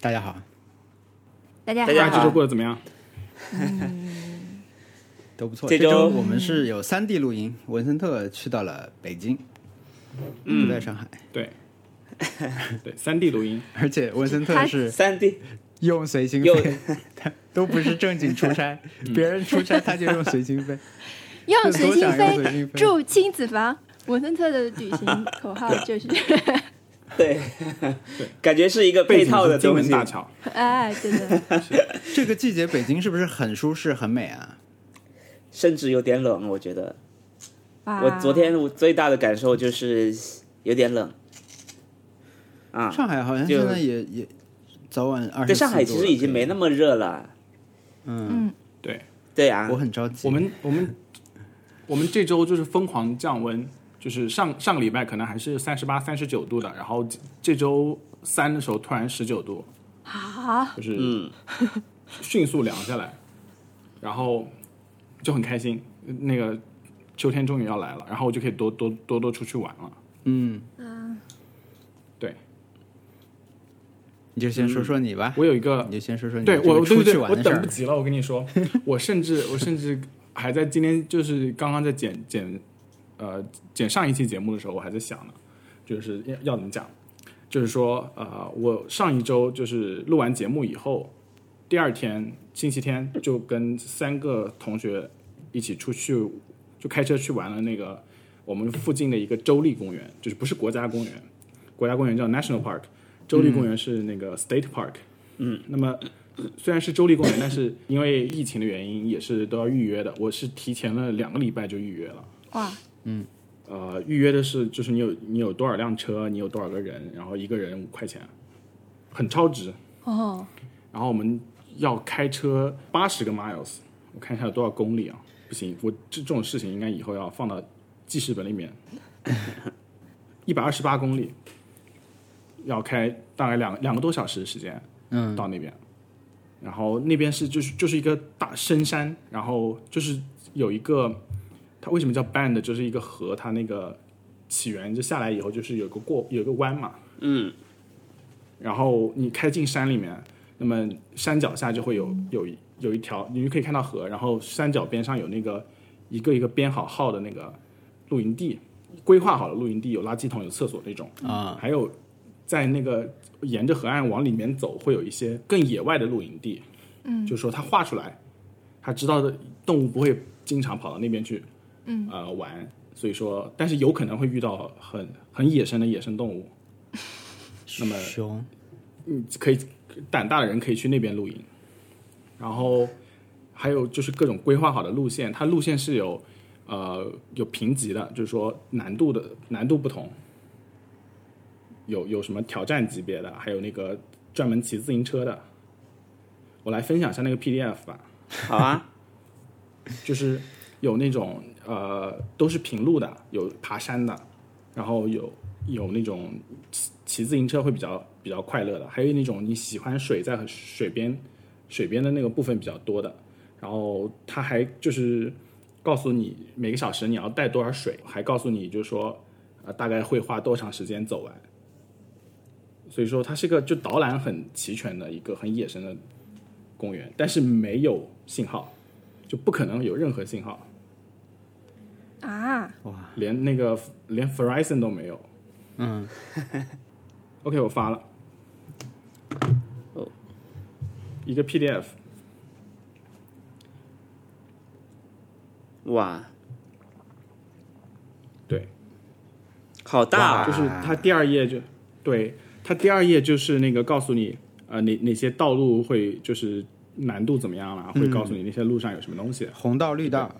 大家好，大家大家好，好这周过得怎么样？都不错。这这周我们是有三地露营，文森特去到了北京，嗯不在上海， 对，对，三 D 录音，而且文森特他是三 D 用随心又飞，他都不是正经出 差，嗯别人出差他就用随心飞，用就随多心想用随飞，心飞。住亲子房。文森特的旅行口号就是，对，感觉是一个背配景套的是金东门西。大桥，哎，对的，这个季节北京是不是很舒适很美啊？甚至有点冷，我觉得。哇，我昨天我最大的感受就是有点冷。啊，上海好像就现在也也早晚二十。对，上海其实已经没那么热了。嗯，对对啊我，很着急。我们，我们，我们这周就是疯狂降温，就是上上个礼拜可能还是三十八、三十九度的，然后这这周三的时候突然十九度，啊，就是嗯，迅速凉下来，然后就很开心，那个秋天终于要来了，然后我就可以多多多多出去玩了。嗯，对你就先说说你吧，我有一个你就先说说你嗯对这个我，对出对去对，玩我的事等儿不。及了。我跟 你说，我甚至我甚至还在今天就是刚刚在剪剪呃剪上一期节目的时候，我还在想呢，就是要要怎么讲，就是说呃，我上一周就是录完节目以后，第二天星期天就跟三个同学一起出去，就开车去玩了那个我们附近的一个州立公园，就是不是国家公园，国家公园叫 National Park，州嗯立公园是那个 State Park。嗯，那么虽然是州立公园，但是因为疫情的原因，也是都要预约的。我是提前了两个礼拜就预约了。哇，呃，预约的是就是你有你有多少辆车，你有多少个人，然后一个人五块钱，很超值。哦，然后我们要开车八十个 miles，我看一下有多少公里啊？不行，我这这种事情应该以后要放到记事本里面。一百二十八公里，要开大概两两个多小时的时间，嗯，到那边。然后那边是就是就是一个大深山，然后就是有一个，它为什么叫 band，就是一个河，它那个起源就下来以后就是有个过有个弯嘛，嗯，然后你开进山里面，那么山脚下就会有有一有一条，你就可以看到河，然后山脚边上有那个一个一个编好号的那个露营地，规划好了露营地，有垃圾桶、有厕所那种啊，还有在那个沿着河岸往里面走，会有一些更野外的露营地，嗯，就是说他画出来，他知道的动物不会经常跑到那边去，嗯，呃玩，所以说，但是有可能会遇到很很野生的野生动物，那么熊，嗯，可以胆大的人可以去那边露营，然后还有就是各种规划好的路线，它路线是有呃有评级的，就是说难度的难度不同，有有什么挑战级别的，还有那个专门骑自行车的。我来分享一下那个 PDF 吧，好啊，就是有那种呃都是平路的，有爬山的，然后有有那种骑骑自行车会比较比较快乐的，还有那种你喜欢水在水边水边的那个部分比较多的，然后它还就是告诉你每个小时你要带多少水，还告诉你就是说呃大概会花多长时间走完。所以说，它是个就导览很齐全的一个很野生的公园，但是没有信号，就不可能有任何信号，啊，连那个连 Verizon 都没有。嗯， OK，我发了。哦，一个 PDF，哇，对，好大、就啊，是它第二页就，对，它第二页就是那个告诉你，呃，哪哪些道路会就是难度怎么样啦，会告诉你那些路上有什么东西。红道绿道，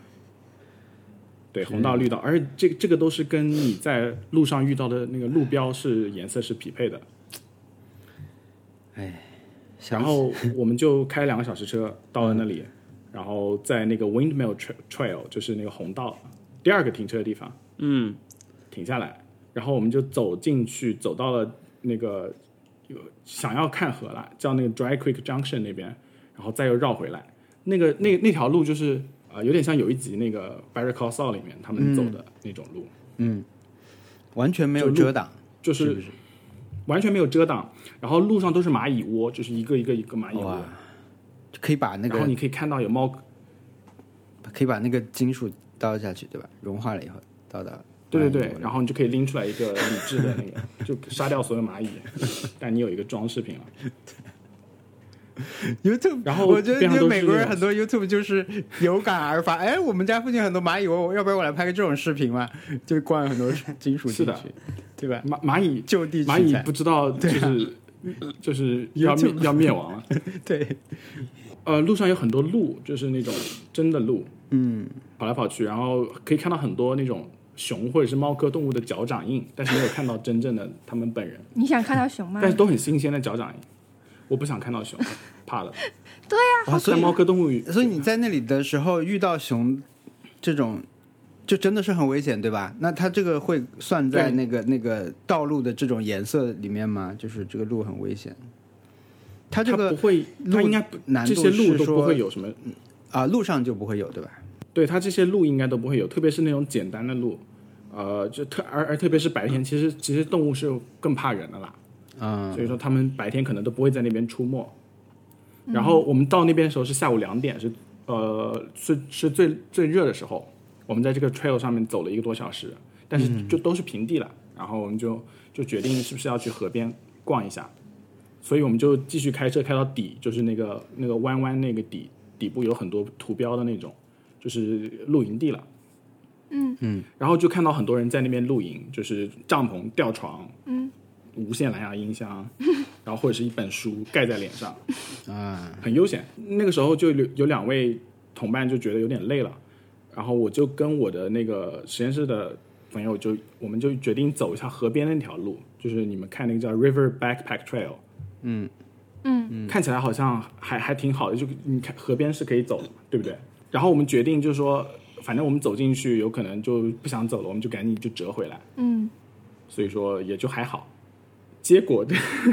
对，红道、绿道，而且这这个都是跟你在路上遇到的那个路标是颜色是匹配的。想然后我们就开两个小时车到了那里，然后在那个 Windmill Tra- Trail，就是那个红道第二个停车的地方嗯，停下来，然后我们就走进去，走到了那个有想要看河了，叫那个 Dry Creek Junction 那边，然后再又绕回来。那个那那条路就是呃，有点像有一集那个 Better Call Saul 里面他嗯们走的那种路，完全没有遮挡，就是是不是？完全没有遮挡，然后路上都是蚂蚁窝，就是一个一个一个蚂蚁窝哇，可以把那啊然后个你可以看到有猫可以把那个金属倒下去，对吧？融化了以后倒到对对对，然后你就可以拎出来一个理智的那 个，就杀掉所有蚂 蚁，但你有一个装饰品了。 YouTube，然后我觉得边上就都是美国那人种很多 YouTube 就是有感而发， 哎，我们家附近很多蚂蚁窝，要不然我来拍个这种视频嘛，就灌很多金属是进的去，对吧？ 蚂蚂蚁就地取蚂蚁材不知 道就是、就是要灭要灭亡了。对， 呃，路上有很多鹿，就是那种真的鹿，嗯，跑来跑去，然后可以看到很多那种熊或者是猫科动物的脚掌印，但是没有看到真正的它们本 人，你想看到熊吗？但是都很新鲜的脚掌印。我不想看到 熊，怕了。哇，所但以猫科动物所以你在那里的时候遇到熊这种，就真的是很危险，对吧？那它这个会算在对那个那个道路的这种颜色里面吗？就是这个路很危险，它这它个不会，它鹿应该不难这度些鹿是都不说会有什么啊、路上就不会有，对吧？对它这些路应该都不会有，特别是那种简单的路，呃，就特而而特别是白天，其实其实动物是更怕人的啦，嗯，所以说它们白天可能都不会在那边出没。然后我们到那边的时候是下午两点，是呃是是最最热的时候，我们在这个 trail 上面走了一个多小时，但是就都是平地了，然后我们就就决定是不是要去河边逛一下，所以我们就继续开车开到底，就是那个那个弯弯那个底底部有很多图标的那种，就是露营地了。嗯嗯，然后就看到很多人在那边露营，就是帐篷、吊床，嗯，无线蓝牙音箱，然后或者是一本书盖在脸上，啊，很悠闲。那个时候就有有两位同伴就觉得有点累了，然后我就跟我的那个实验室的朋友就我们就决定走一下河边那条路，就是你们看那个叫 River Backpack Trail，嗯看起来好像还还挺好的，就你看河边是可以走的嘛，对不对？然后我们决定就是说，反正我们走进去有可能就不想走了，我们就赶紧就折回来。嗯，所以说也就还好。结果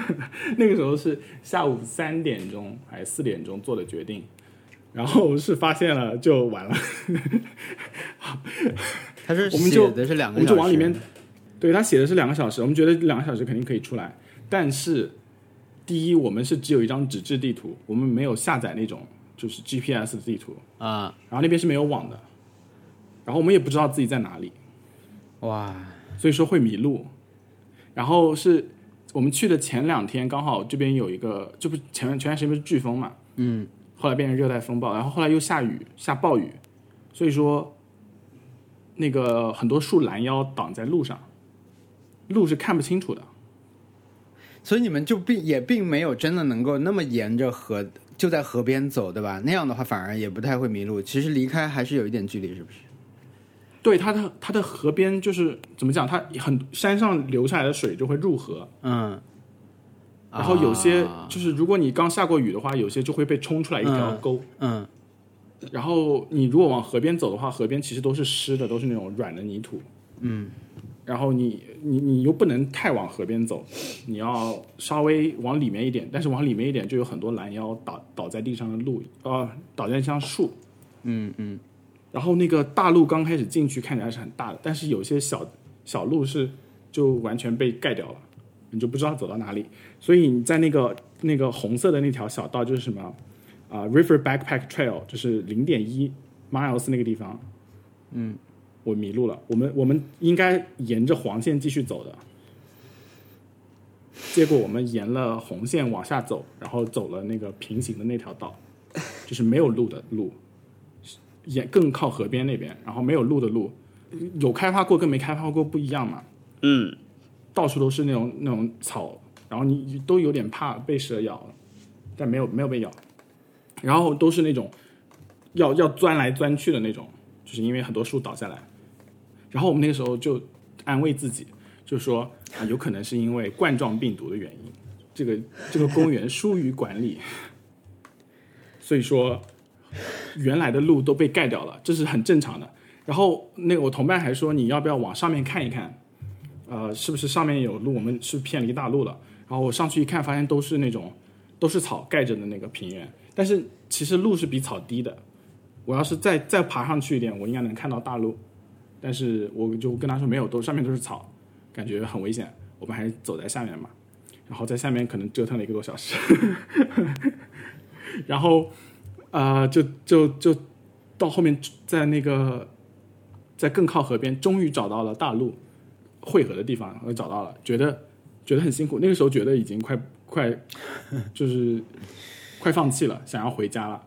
那个时候是下午三点钟还是四点钟做的决定，然后是发现了就完了，它是我们就写的是两我个们小时，就往里面，对他写的是两个小时，我们觉得两个小时肯定可以出来，但是第一我们是只有一张纸质地图，我们没有下载那种就是 GPS 的地图，啊，然后那边是没有网的，然后我们也不知道自己在哪里，哇，所以说会迷路。然后是我们去的前两天，刚好这边有一个，这不是前前段时间不是飓风嘛，嗯，后来变成热带风暴，然后后来又下雨，下暴雨，所以说那个很多树拦腰挡在路上，路是看不清楚的。所以你们就并也并没有真的能够那么沿着河就在河边走，对吧？那样的话反而也不太会迷路。其实离开还是有一点距离，是不是？对，它的它的河边就是怎么讲，它很山上流下来的水就会入河，嗯。然后有些啊就是如果你刚下过雨的话，有些就会被冲出来一条嗯沟。嗯然后你如果往河边走的话，河边其实都是湿的，都是那种软的泥土。嗯，然后你你你又不能太往河边走，你要稍微往里面一点，但是往里面一点就有很多拦腰倒倒在地上的路，呃，倒在地上的树。嗯嗯，然后那个大路刚开始进去看起来是很大的，但是有些小小路是就完全被盖掉了，你就不知道走到哪里。所以你在那个那个红色的那条小道就是什么啊、r i v e r Backpack Trail，就是零点一 miles 那个地方。嗯，我迷路了，我们我们应该沿着黄线继续走的，结果我们沿了红线往下走，然后走了那个平行的那条道，就是没有路的路。沿更靠河边那边，然后没有路的路，有开发过跟没开发过不一样嘛，嗯，到处都是那种那种草，然后你你都有点怕被蛇咬，但没有没有被咬，然后都是那种要要钻来钻去的那种，就是因为很多树倒下来，然后我们那个时候就安慰自己，就说啊，有可能是因为冠状病毒的原因，这个这个公园疏于管理，所以说原来的路都被盖掉了，这是很正常的。然后那个我同伴还说，你要不要往上面看一看？呃，是不是上面有路？我们是偏离大路了。然后我上去一看，发现都是那种都是草盖着的那个平原，但是其实路是比草低的。我要是再再爬上去一点，我应该能看到大路。但是我就跟他说没有，都上面都是草，感觉很危险。我们还是走在下面吧。然后在下面可能折腾了一个多小时， 然后啊、呃就就就到后面在那个在更靠河边，终于找到了大陆汇合的地方，我找到了，觉得觉得很辛苦，那个时候觉得已经快快 就是快放弃了，想要回家了。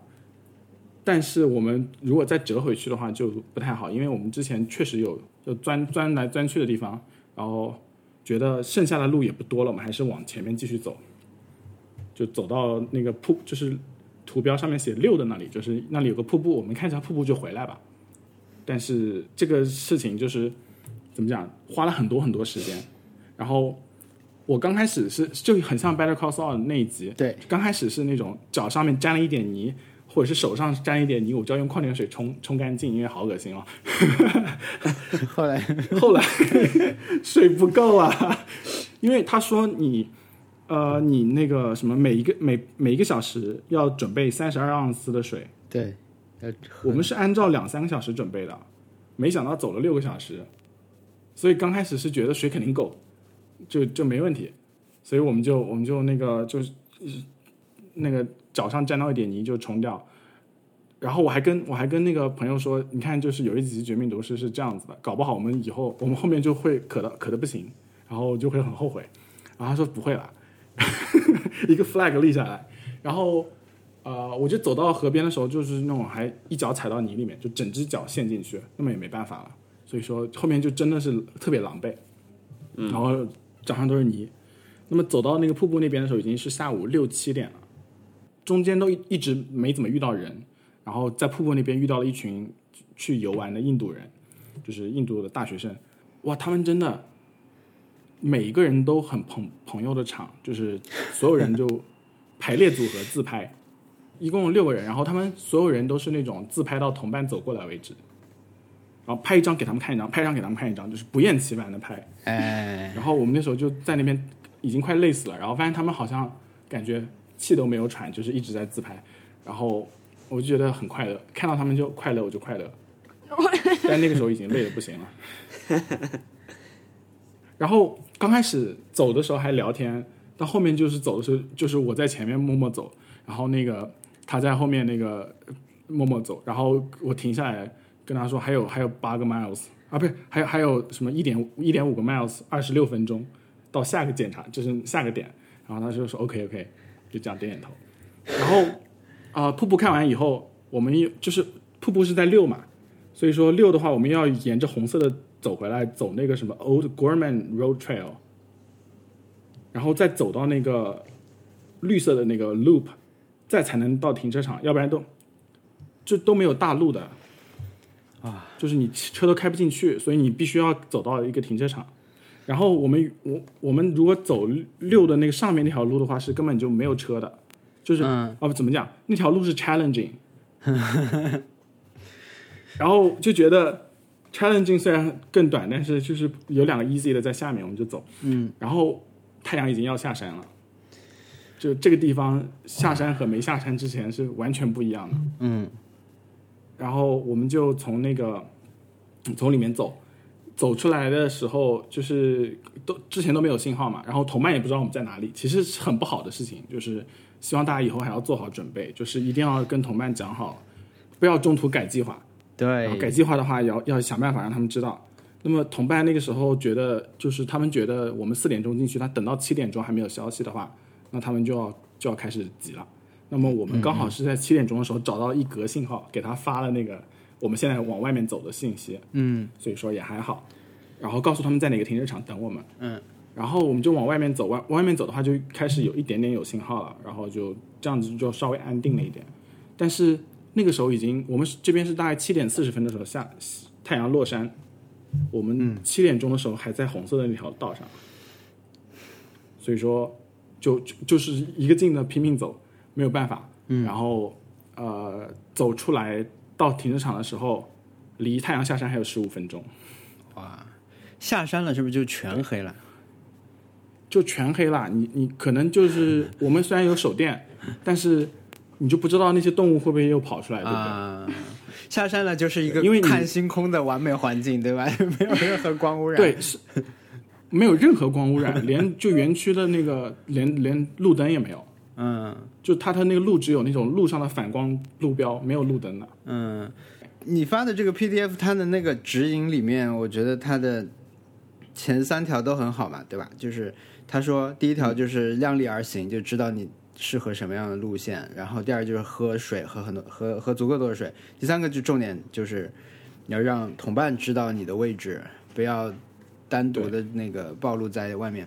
但是我们如果再折回去的话，就不太好，因为我们之前确实有就钻钻来钻去的地方，然后觉得剩下的路也不多了，我们还是往前面继续走，就走到那个瀑，就是图标上面写六的那里，就是那里有个瀑布，我们看一下瀑布就回来吧。但是这个事情就是怎么讲，花了很多很多时间。然后我刚开始是就很像《Better Call Saul》那一集，对，刚开始是那种脚上面沾了一点泥，或者是手上沾一点泥，我就要用矿泉水冲冲干净，因为好恶心哦。 后来 后来水不够啊，因为他说你，呃，你那个什么，每一个每每一个小时要准备三十二盎司的水，对，要我们是按照两三个小时准备的，没想到走了六个小时，所以刚开始是觉得水肯定够，就就没问题，所以我们就我们就那个就是那个脚上沾到一点泥就冲掉。然后我还跟我还跟那个朋友说，你看，就是有一集《绝命毒师》是这样子的，搞不好我们以后我们后面就会渴的渴的不行，然后就会很后悔。然后他说不会啦， 一个 flag 立下来。然后呃，我就走到河边的时候，就是那种还一脚踩到泥里面，就整只脚陷进去，那么也没办法了。所以说后面就真的是特别狼狈，然后脚上都是泥。那么走到那个瀑布那边的时候，已经是下午六七点了，中间都一一直没怎么遇到人。然后在瀑布那边遇到了一群去游玩的印度人，就是印度的大学生，哇，他们真的每一个人都很朋朋友的场，就是所有人就排列组合自拍，一共有六个人，然后他们所有人都是那种自拍到同伴走过来为止，然后拍一张给他们看一张，拍一张给他们看一张，就是不厌其烦的拍。哎，然后我们那时候就在那边已经快累死了，然后发现他们好像感觉气都没有喘，就是一直在自拍，然后我就觉得很快乐，看到他们就快乐，我就快乐，但那个时候已经累得不行了。然后刚开始走的时候还聊天，到后面就是走的时候，就是我在前面默默走，然后那个他在后面那个默默走，然后我停下来跟他说还有还有八个 miles 啊，不是还有还有什么一点一点五个 miles，二十六分钟到下个检查，就是下个点，然后他就说 OK OK，就这样点点头，然后啊、瀑布看完以后，我们又就是瀑布是在六嘛，所以说六的话，我们要沿着红色的走回来，走那个什么 Old Gorman Road Trail，然后再走到那个绿色的那个 loop，再才能到停车场，要不然都就都没有大路的啊，就是你车都开不进去，所以你必须要走到一个停车场。然后我们我我们如果走六的那个上面那条路的话，是根本就没有车的，就是、嗯啊不怎么讲，那条路是 challenging，然后就觉得 challenging 虽然更短，但是就是有两个 easy 的在下面，我们就走。嗯，然后太阳已经要下山了，就这个地方下山和没下山之前是完全不一样的。嗯，然后我们就从那个从里面走，走出来的时候就是都之前都没有信号嘛，然后同伴也不知道我们在哪里，其实是很不好的事情，就是希望大家以后还要做好准备，就是一定要跟同伴讲好，不要中途改计划。然后改对，计划的话，也要要想办法让他们知道。那么同伴那个时候觉得，就是他们觉得我们四点钟进去，他等到七点钟还没有消息的话，那他们就要就要开始急了。那么我们嗯刚好是在七点钟的时候找到一格信号，给他发了那个我们现在往外面走的信息，嗯所以说也还好。然后告诉他们在哪个停车场等我们，嗯，然后我们就往外面走，外外面走的话就开始有一点点有信号了，然后就这样子就稍微安定了一点。但是那个时候已经，我们是这边是大概七点四十分的时候下太阳落山，我们七点钟的时候还在红色的那条道上，所以说就就就是一个劲的拼命走，没有办法。嗯，然后呃走出来到停车场的时候，离太阳下山还有十五分钟。哇，下山了是不是就全黑了？就全黑了。你你可能就是我们虽然有手电，但是你就不知道那些动物会不会又跑出来，对不对？啊、下山了就是一个因为 你看星空的完美环境，对吧？没有任何光污染。对，是，没有任何光污染，连就园区的那个连连路灯也没有，嗯就它它那个路只有那种路上的反光路标，没有路灯的。嗯，你发的这个 PDF，它的那个指引里面，我觉得它的前三条都很好嘛，对吧？就是他说第一条就是量力而行，就知道你适合什么样的路线，然后第二就是喝水，喝很多喝喝足够多的水，第三个就重点就是你要让同伴知道你的位置，不要单独的那个暴露在外面。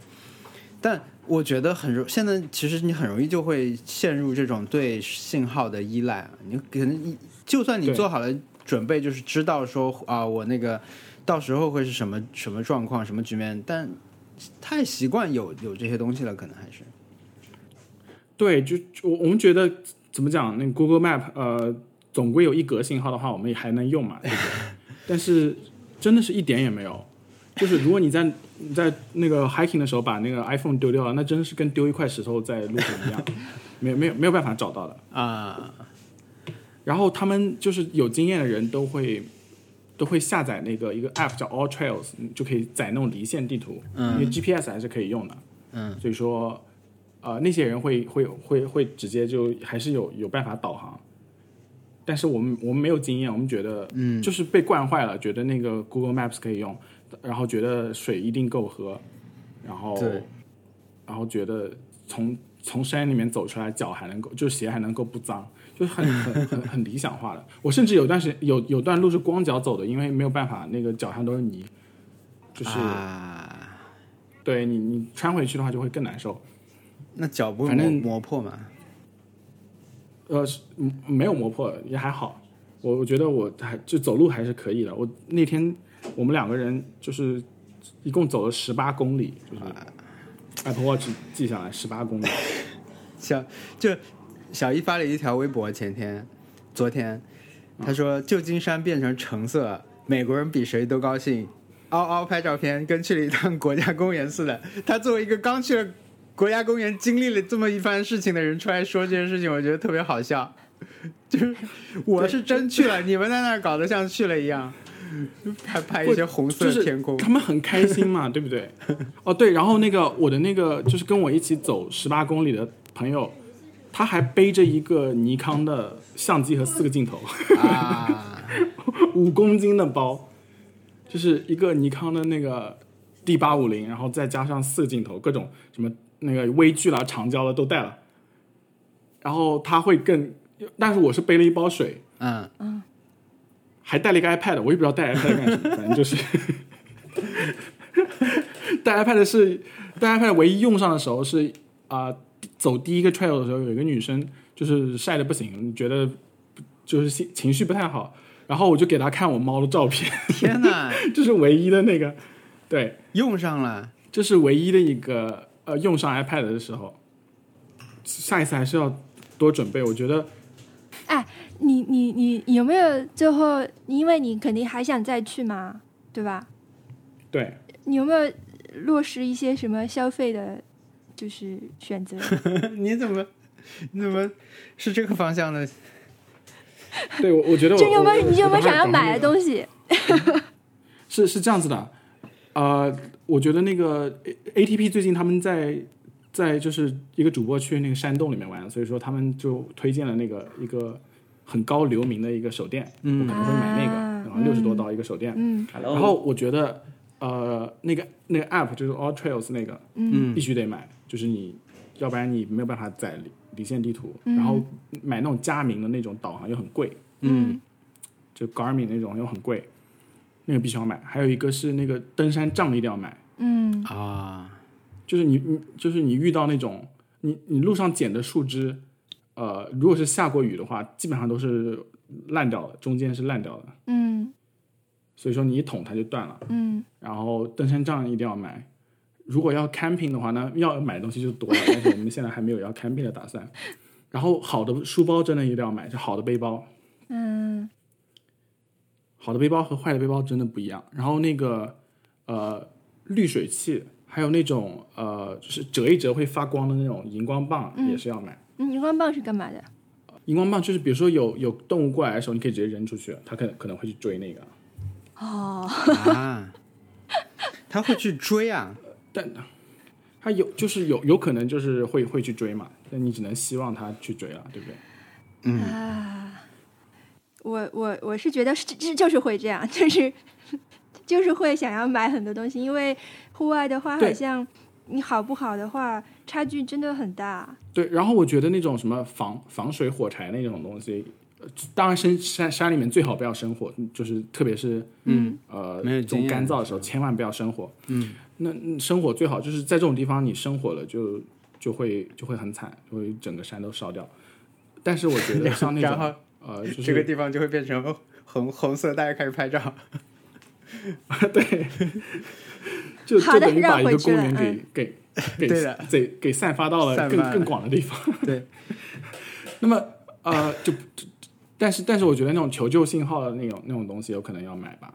但我觉得很容，现在其实你很容易就会陷入这种对信号的依赖，你可能一就算你对做好了准备，就是知道说啊，我那个到时候会是什么什么状况、什么局面，但太习惯有有这些东西了，可能还是对，就就我我们觉得怎么讲，那个 Google Map 呃，总归有一格信号的话，我们也还能用嘛，对不对？但是真的是一点也没有。就是如果你在你在那个 hiking 的时候把那个 iPhone 丢掉了，那真的是跟丢一块石头在路上一样，没有没有没有办法找到的。啊，然后他们就是有经验的人都会都会下载那个一个 app 叫 All Trails，你就可以载那种离线地图，因为 GPS 还是可以用的。嗯，所以说，呃，那些人会会会会直接就还是有有办法导航。但是我们我们没有经验，我们觉得，嗯，就是被惯坏了，觉得那个 Google Maps 可以用，然后觉得水一定够喝，然后对，然后觉得从从山里面走出来，脚还能够，就是鞋还能够不脏，就是很很很很理想化的。我甚至有段时有有段路是光脚走的，因为没有办法，那个脚上都是泥，就是、啊，对你你穿回去的话就会更难受。那脚不会反磨正磨破嘛？呃，是嗯没有磨破，也还好。我我觉得我还就走路还是可以的。我那天我们两个人就是一共走了十八公里，就是 Apple Watch 记下来十八公里。小就小一发了一条微博，前天、昨天，他说旧金山变成橙色，美国人比谁都高兴，嗷嗷拍照片，跟去了一趟国家公园似的。他作为一个刚去了国家公园、经历了这么一番事情的人出来说这件事情，我觉得特别好笑。 就是我是真去了，你们在那儿搞得像去了一样，还拍一些红色就是天空。他们很开 心嘛，对不对？哦，对，然后那个我的那个就是跟我一起走十八公里的朋友，他还背着一个尼康的相机和四个镜头，啊， 五公斤的包，就是一个尼康的那个 D 八五零，然后再加上四个镜头，各种什么那个微距啦、长焦了都带了。然后他会更，但是我是背了一包水，嗯，还带了一个 iPad，我也不知道带 iPad 干什么，反正就是 带 iPad 是带 iPad 唯一用上的时候是啊、走第一个 trail 的时候，有一个女生就是晒的不行，觉得就是心情绪不太好，然后我就给她看我猫的照片， 天哪，这是唯一的那个，对，用上了，这是唯一的一个呃用上 iPad 的时候，下一次还是要多准备，我觉得你你你你有没有最后？因为你肯定还想再去嘛，对吧？对。你有没有落实一些什么消费的，就是选择？你怎么，你怎么是这个方向的？对，我我觉得我就你有没我有你有没有我把它想要搞买的那个东西？是是这样子的，呃，我觉得那个 A T P 最近他们在在就是一个主播去那个山洞里面玩，所以说他们就推荐了那个一个很高流明的一个手电，我可能会买那个，啊然后六十多刀一个手电，嗯 Hello，然后我觉得呃那个那个 app 就是 All Trails 那个，嗯必须得买，就是你要不然你没有办法载离离线地图，然后买那种佳明的那种导航又很贵，嗯，就 Garmin 那种又很贵，那个必须要买。还有一个是那个登山杖一定要买，嗯啊。就是你你就是你遇到那种你你路上捡的树枝，呃，如果是下过雨的话，基本上都是烂掉的，中间是烂掉的，嗯所以说你一捅它就断了。嗯，然后登山杖一定要买。如果要 camping 的话呢，要买的东西就多了，但是我们现在还没有要 camping 的打算。然后好的书包真的一定要买，就好的背包，嗯好的背包和坏的背包真的不一样。然后那个呃滤水器，还有那种呃就是折一折会发光的那种荧光棒也是要买。嗯，荧光棒是干嘛的？荧光棒就是比如说有有动物过来的时候，你可以直接扔出去，它可能可能会去追那个。哦， 啊，他会去追啊！但他有就是有有可能就是会会去追嘛，那你只能希望他去追了，对不对？啊，我我我是觉得是这就是会这样，就是就是会想要买很多东西，因为户外的话，对好像你好不好的话，差距真的很大。对，然后我觉得那种什么防防水火柴那种东西，呃当然深山山里面最好不要生火，嗯就是特别是嗯，呃没有这经种验干的燥的时时候，千万不要生火。嗯，那嗯生火最好就是在这种地方你生火了就就会就会很惨，就会整个山都烧掉。但是我觉得像 那然种后呃，就是、这个地方就会变成红红色，大家开始拍照。就好就的等于绕把一回个去公了园给、嗯给给对的给给散发到了散更发更了广的地方。对，那么呃，就就但是但是我觉得那种求救信号的那种那种东西，有可能要买吧。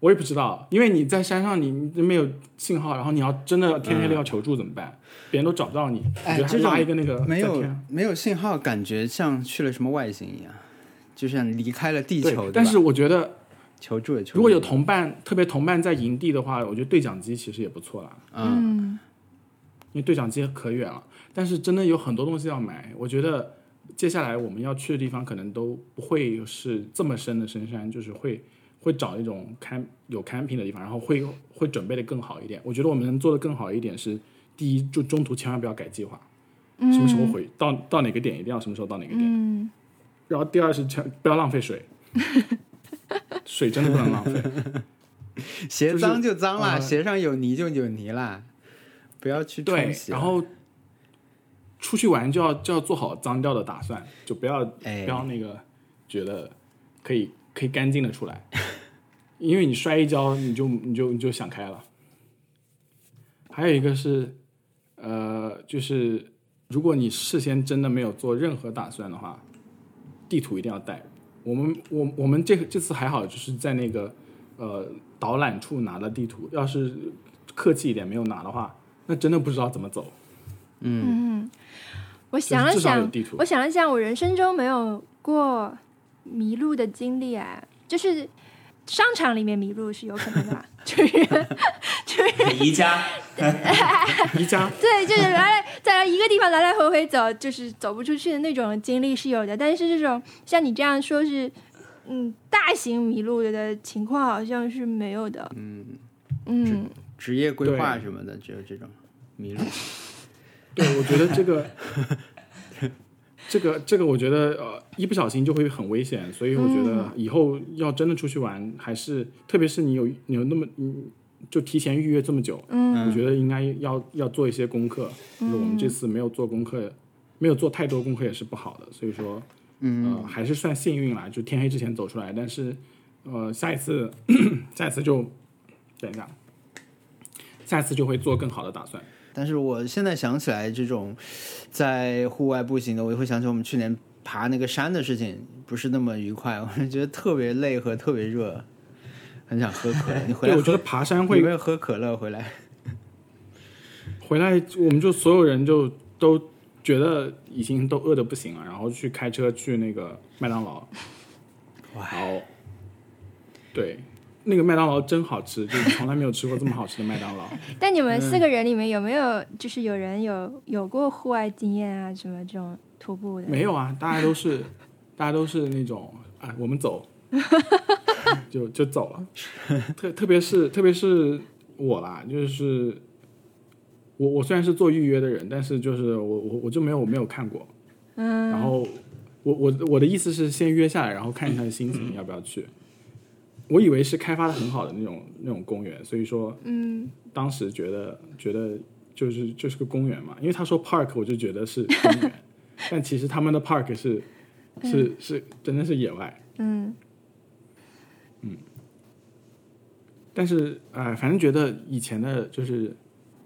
我也不知道，因为你在山上你，你没有信号，然后你要真的天黑了要求助怎么办？别人都找不到你，嗯哎你觉这得种拉一个那个没在有天没有信号，感觉像去了什么外星一样，就像离开了地球。对，对但吧是我觉得求助也求助，如果有同伴，特别同伴在营地的话，我觉得对讲机其实也不错啦。嗯，因为对讲机可远了。但是真的有很多东西要买，我觉得接下来我们要去的地方可能都不会是这么深的深山，就是会会找一种 camp 有 camping 的地方，然后会会准备的更好一点。我觉得我们能做的更好一点是，第一就中途千万不要改计划，什么时候回到到哪个点一定要什么时候到哪个点。嗯，然后第二是千不要浪费水，水真的不能浪费。鞋脏就脏啦，就是呃鞋上有泥就有泥啦，不要去冲对，洗啊了。然后出去玩就要就要做好脏掉的打算，就不要哎不，要那个觉得可以可以干净的出来， 因为你摔一跤你就你就你就想开了。还有一个是，呃，就是如果你事先真的没有做任何打算的话，地图一定要带。我们我我们这这次还好，就是在那个呃导览处拿了地图，要是客气一点没有拿的话，那真的不知道怎么走。我就是想了至少有想，地图我，想了想，我人生中没有过迷路的经历啊，就是商场里面迷路是有可能的吧， 就是。宜家宜家对，就是来在一个地方来来回回走，就是走不出去的那种经历是有的。但是这种像你这样说是，嗯，大型迷路的情况好像是没有的。嗯嗯，职业规划什么的，只有这种迷路。对，我觉得这个，这个，这个，我觉得呃，一不小心就会很危险，所以我觉嗯得以后要真的出去玩，还是特别是你有你有那么嗯，就提前预约这么久，嗯，我觉得应该要要做一些功课，就是我们嗯这次没有做功课，没有做太多功课也是不好的，所以说，嗯、还是算幸运啦，就天黑之前走出来，但是呃，下一次下一次就等一下，下一次就会做更好的打算。但是我现在想起来这种在户外步行的，我就会想起我们去年爬那个山的事情，不是那么愉快， 我是觉得特别累和特别热，很想喝可乐。你回对，来我觉喝得爬山你会没有喝可乐回来？回来，我们就所有人就都觉得已经都饿得不行了，然后去开车去那个麦当劳，然后对，那个麦当劳真好吃，就是从来没有吃过这么好吃的麦当劳。但你们四个人里面有没有就是有人有有过户外经验啊？什么这种徒步的？没有啊，大家都是 大家都是那种哎，我们走， 就就走了。特特别是特别是我啦，就是我我虽然是做预约的人，但是就是我我我就没有我没有看过，嗯，然后我我我的意思是先约下来，然后看一下心情要不要去。我以为是开发的很好的那种那种公园，所以说，嗯，当时觉得觉得就是就是个公园嘛，因为他说 park，我就觉得是公园， 但其实他们的 park 是是、是真的是野外，嗯嗯但是呃，反正觉得以前的就是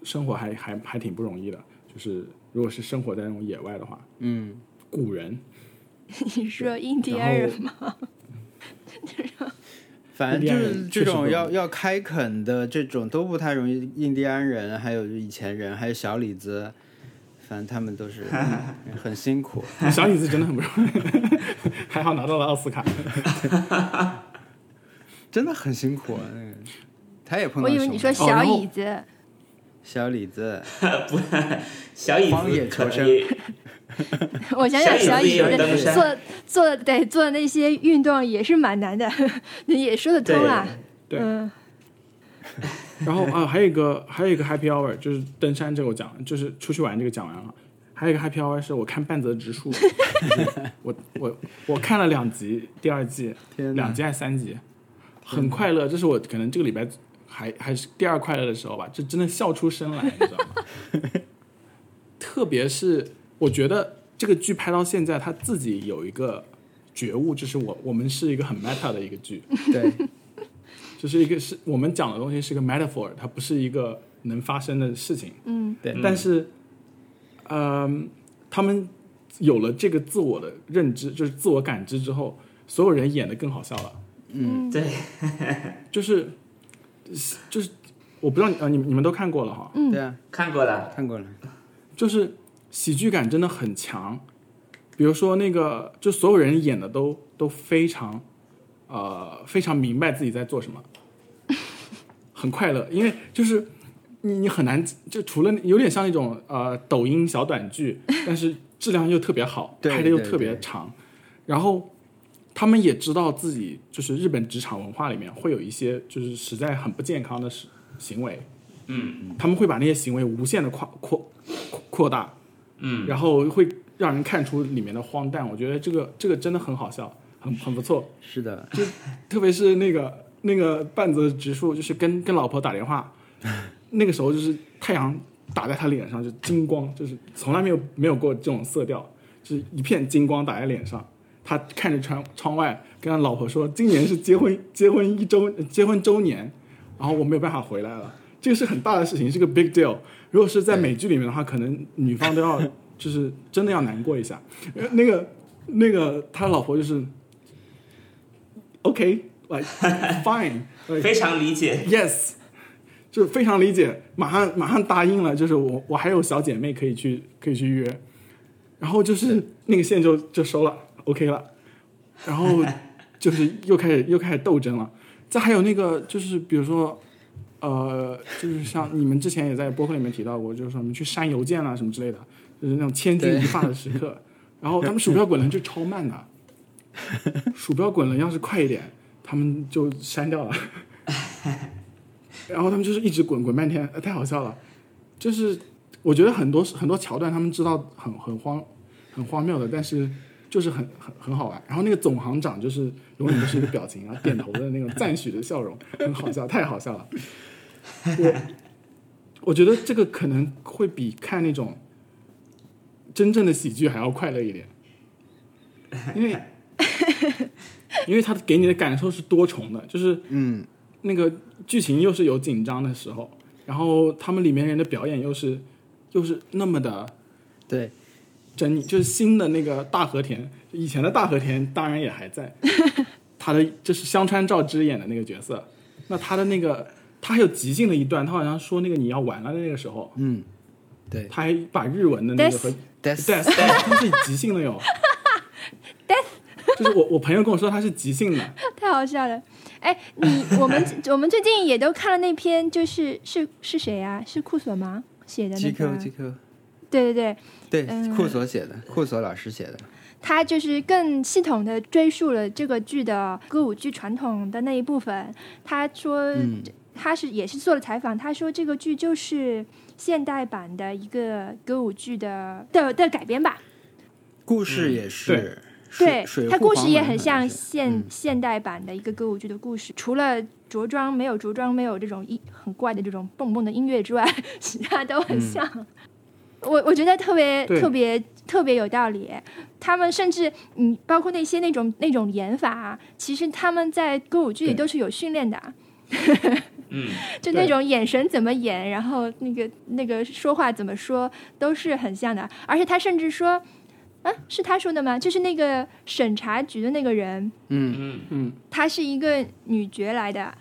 生活还还还挺不容易的，就是如果是生活在那种野外的话，嗯，古人， 你说印第安然后人 吗？反正印第就安是人这确实不种容易要要开垦的这种都不太容易，印第安人还有以前人还有小李子，反正他们 都是很辛苦。小李子真的很不容易， 还好拿到了奥斯卡。真的很辛苦啊，那个。他也碰我到熊以了。为你说哦小然后椅子， 小李子，小椅荒子野求可生以，我想想，小小椅子椅也有子登山做做对做那些运动也是蛮难的， 也说得通啊。对嗯， 然后啊，还有一个还有一个 happy hour 就是登山这个我讲，就是出去玩这个讲完了。还有一个 happy hour 是我看半泽直树， 我我我看了两集，第二季天哪两集还是三集，很快乐。这是我可能这个礼拜还还是第二快乐的时候吧，这真的笑出声来，你知道吗？ 特别是我觉得这个剧拍到现在，他自己有一个觉悟，就是我我们是一个很 meta 的一个剧， 对，就是一个是我们讲的东西是个 metaphor，它不是一个能发生的事情。嗯，对但是，嗯，他们有了这个自我的认知，就是自我感知之后，所有人演的更好笑了。嗯对，就是，就是，我不知道你呃，你们你们都看过了哈，嗯对啊，看过了，看过了，就是喜剧感真的很强。比如说那个，就所有人演的都都非常，呃，非常明白自己在做什么， 很快乐，因为就是你你很难就除了有点像那种呃抖音小短剧，但是质量又特别好，对拍的又对特别对长，然后他们也知道自己就是日本职场文化里面会有一些就是实在很不健康的行行为，嗯，他们会把那些行为无限的扩扩扩扩大，嗯，然后会让人看出里面的荒诞，我觉得这个这个真的很好笑，很很不错，是的，特别是那个那个半泽直树，就是跟跟老婆打电话，那个时候就是太阳打在他脸上，就金光，就是从来没有没有过这种色调，就是一片金光打在脸上。他看着窗窗外，跟他老婆说：“今年是结婚结婚一周呃结婚周年，然后我没有办法回来了。”这个是很大的事情，是个 big deal。如果是在美剧里面的话，可能女方都要就是真的要难过一下。呃那个那个他老婆就是 OK like fine like 非常理解， yes，就是非常理解，马上马上答应了，就是我我还有小姐妹可以去可以去约，然后就是那个线就就收了，OK 了，然后就是又开始又开始斗争了，再还有那个就是比如说。呃，就是像你们之前也在播客里面提到过，就是说你们去删邮件啊什么之类的，就是那种千钧一发的时刻。然后他们鼠标滚轮就超慢的，鼠标滚轮要是快一点，他们就删掉了。然后他们就是一直滚滚半天，呃太好笑了。就是我觉得很多很多桥段，他们知道很很荒很荒谬的，但是就是很很很好玩。然后那个总行长就是永远都是一个表情，然后点头的那种赞许的笑容，很好笑，太好笑了。我我觉得这个可能会比看那种真正的喜剧还要快乐一点，因为因为他给你的感受是多重的，就是嗯，那个剧情又是有紧张的时候，然后他们里面人的表演又是又是那么的对，狰狞，就是新的那个大和田，以前的大和田当然也还在，他的就是香川照之演的那个角色，那他的那个他还有即兴的一段，他好像说那个你要完了的那个时候，嗯，对他还把日文的那个和，death， death 他是即兴的哟 death，就是我我朋友跟我说他是即兴的，太好笑了。哎，你 我们我们最近也都看了那篇，就是是是谁啊？是库索吗写的那，G 个 Q 啊？ G Q，对对对，对嗯，库索写的，库索老师写的，他就是更系统的追溯了这个剧的歌舞剧传统的那一部分。他说，嗯他是也是做了采访，他说这个剧就是现代版的一个歌舞剧的的的改编吧。故嗯事也是，水对水，它户故事黄也门很好像是现、嗯现代版的一个歌舞剧的故事，除了着装没有着装，没有这种一很怪的这种蹦蹦的音乐之外，其他都很像。我我觉得特别对特别特别有道理。他们甚至嗯，包括那些那种那种演法、啊，其实他们在歌舞剧里对都是有训练的啊、嗯， 就对那种眼神怎么演，然后那个那个说话怎么说，都是很像的。啊而且他甚至说，啊，是他说的吗？就是那个审查局的那个人，嗯，嗯嗯，她是一个女角来的，啊，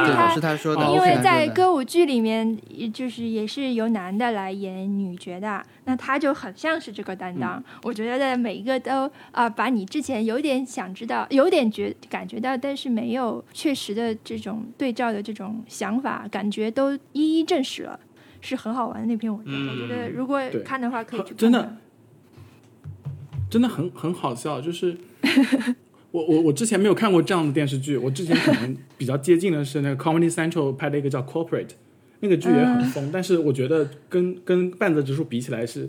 就是他对，是他说的，哦因是为他在说的歌舞剧里面，也就是也是由男的来演女角的，那他就很像是这个担当。我觉得每一个都啊、把你之前有点想知道、有点觉感觉到，但是没有确实的这种对照的这种想法、感觉都一一证实了。是很好玩的那篇文章。我觉得如果对看的话，可以去看看真的，真的很很好笑，就是我我我之前没有看过这样的电视剧，我之前可能比较接近的是那个 Comedy Central 拍的一个叫 Corporate，那个剧也很疯，但是我觉得跟跟半泽直树比起来是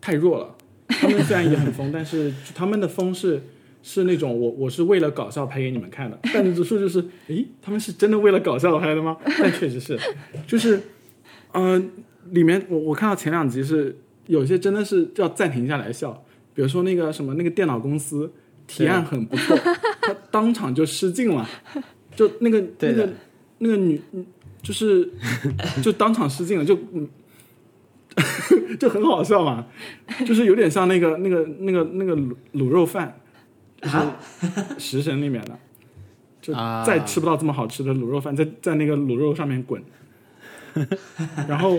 太弱了。他们虽然也很疯，但是他们的疯是是那种我我是为了搞笑拍给你们看的，半泽直树就是，诶，他们是真的为了搞笑拍的吗？但确实是，就是，嗯、里面我我看到前两集是有些真的是要暂停下来笑，比如说那个什么那个电脑公司提案很不 错，他当场就失禁了，就那个对那的个那个女，就是就当场失禁了，就嗯， 就很好笑嘛，就是有点像那个那个那个那个卤卤肉饭，就是《食神》里面的。就啊再吃不到这么好吃的卤肉饭，在在那个卤肉上面滚， 然后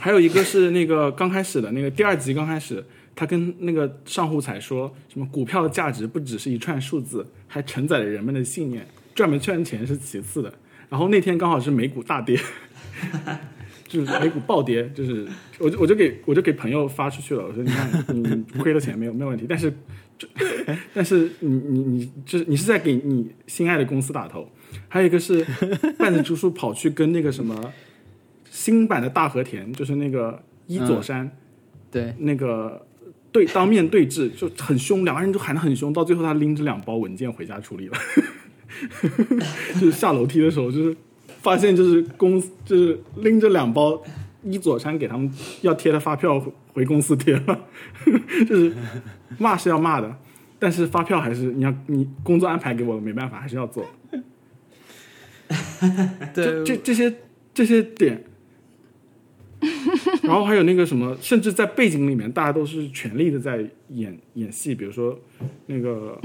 还有一个是那个刚开始的那个第二集刚开始，他跟那个上户彩说什么股票的价值不只是一串数字，还承载了人们的信念，赚没赚钱是其次的。然后那天刚好是美股大跌，就是美股暴跌，就是我就我就给我就给朋友发出去了，我说你看你亏了钱没有 没有问题，但是就但是你你你就是你是在给你心爱的公司打头。还有一个是半泽直树跑去跟那个什么新版的大和田，就是那个伊佐山、对，那个对当面对质就很凶，两个人就喊得很凶，到最后他拎着两包文件回家处理了， 就是下楼梯的时候，就是发现就是公司就是拎着两包一佐山给他们要贴的发票回公司贴了， 就是骂是要骂的，但是发票还是你要你工作安排给我了，没办法还是要做，对呃这这这些这些点，然后还有那个什么，甚至在背景里面，大家都是全力的在演演戏。比如说那个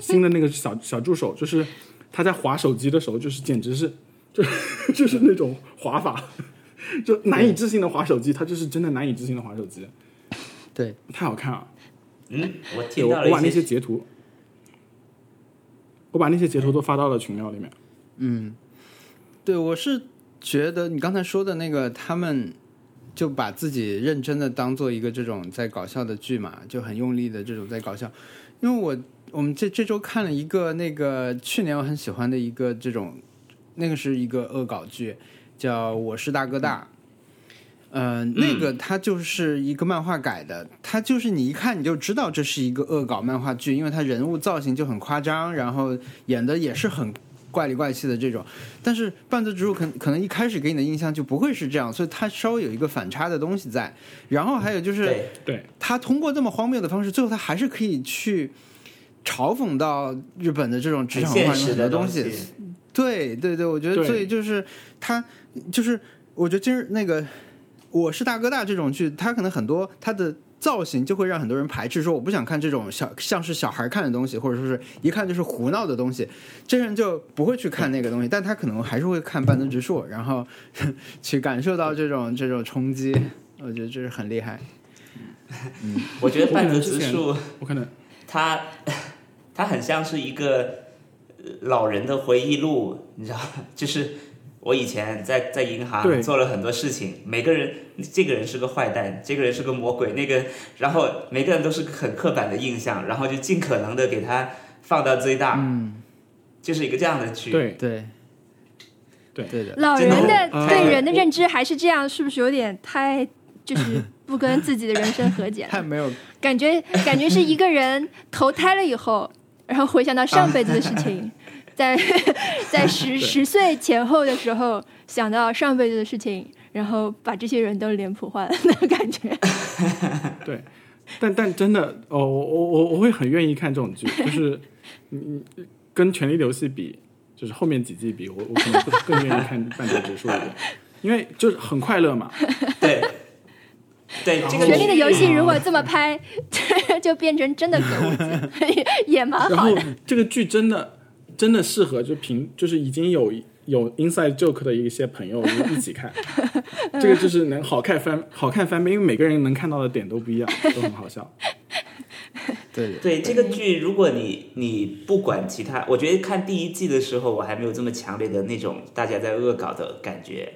新的那个小小助手，就是他在划手机的时候，就是简直是 就就是那种划法，就难以置信的划手机，他就是真的难以置信的划手机，对，太好看了。嗯，我对听我到了我把那一些截图，我把那些截图都发到了群聊里面。对，我是觉得你刚才说的那个，他们就把自己认真的当做一个这种在搞笑的剧嘛，就很用力的这种在搞笑。因为我我们这这周看了一个那个去年我很喜欢的一个这种，那个是一个恶搞剧，叫《我是大哥大》。呃，那个它就是一个漫画改的，它就是你一看你就知道这是一个恶搞漫画剧，因为它人物造型就很夸张，然后演的也是很怪里怪气的这种。但是半泽直树可可能一开始给你的印象就不会是这样，所以它稍微有一个反差的东西在。然后还有就是对，对，他通过这么荒谬的方式，最后他还是可以去嘲讽到日本的这种职很场文化现中实很的多东西。西，对对对，我觉得对所以就是他就是我觉得今儿那个我是大哥大这种剧，他可能很多他的。造型就会让很多人排斥，说我不想看这种小像是小孩看的东西，或者说是一看就是胡闹的东西，这人就不会去看那个东西，但他可能还是会看半泽直树，然后 去感受到这种这种冲击，我觉得这是很厉害。我觉得半泽我可直能之前树我可能他 他很像是一个呃老人的回忆录，你知道吗， 就是我以前在在银对行做了很多事情，每个人这个人是个坏蛋，这个人是个魔鬼，那个然后每个人都是很刻板的印象，然后就尽可能的给他放到最大，嗯，就是一个这样的剧，对。对，对对的，老人真的的对呃人的认知还是这样，是不是有点太就是不跟自己的人生和解太了？没有感觉感觉是一个人投胎了以后，然后回想到上辈子的事情，在 在十十岁前后的时候想到上辈子的事情，然后把这些人都脸谱化了的感觉。但但真的，哦，我我我我会很愿意看这种剧，就是嗯，跟《权力游戏》比，就是后面几季比，我我可能更更愿意看《半泽直树》一点，因为就是很快乐嘛。对 对，这哦《个权力的游戏》如果这么拍， 就变成真的歌舞剧， 也也蛮然好后的。这个剧真的真的适合就平就是已经有有 inside joke 的一些朋友一起看，这个就是能好看翻好看翻倍，因为每个人能看到的点都不一样，都很好笑。对的，对这个剧，如果你你不管其他，我觉得看第一季的时候，我还没有这么强烈的那种大家在恶搞的感 觉。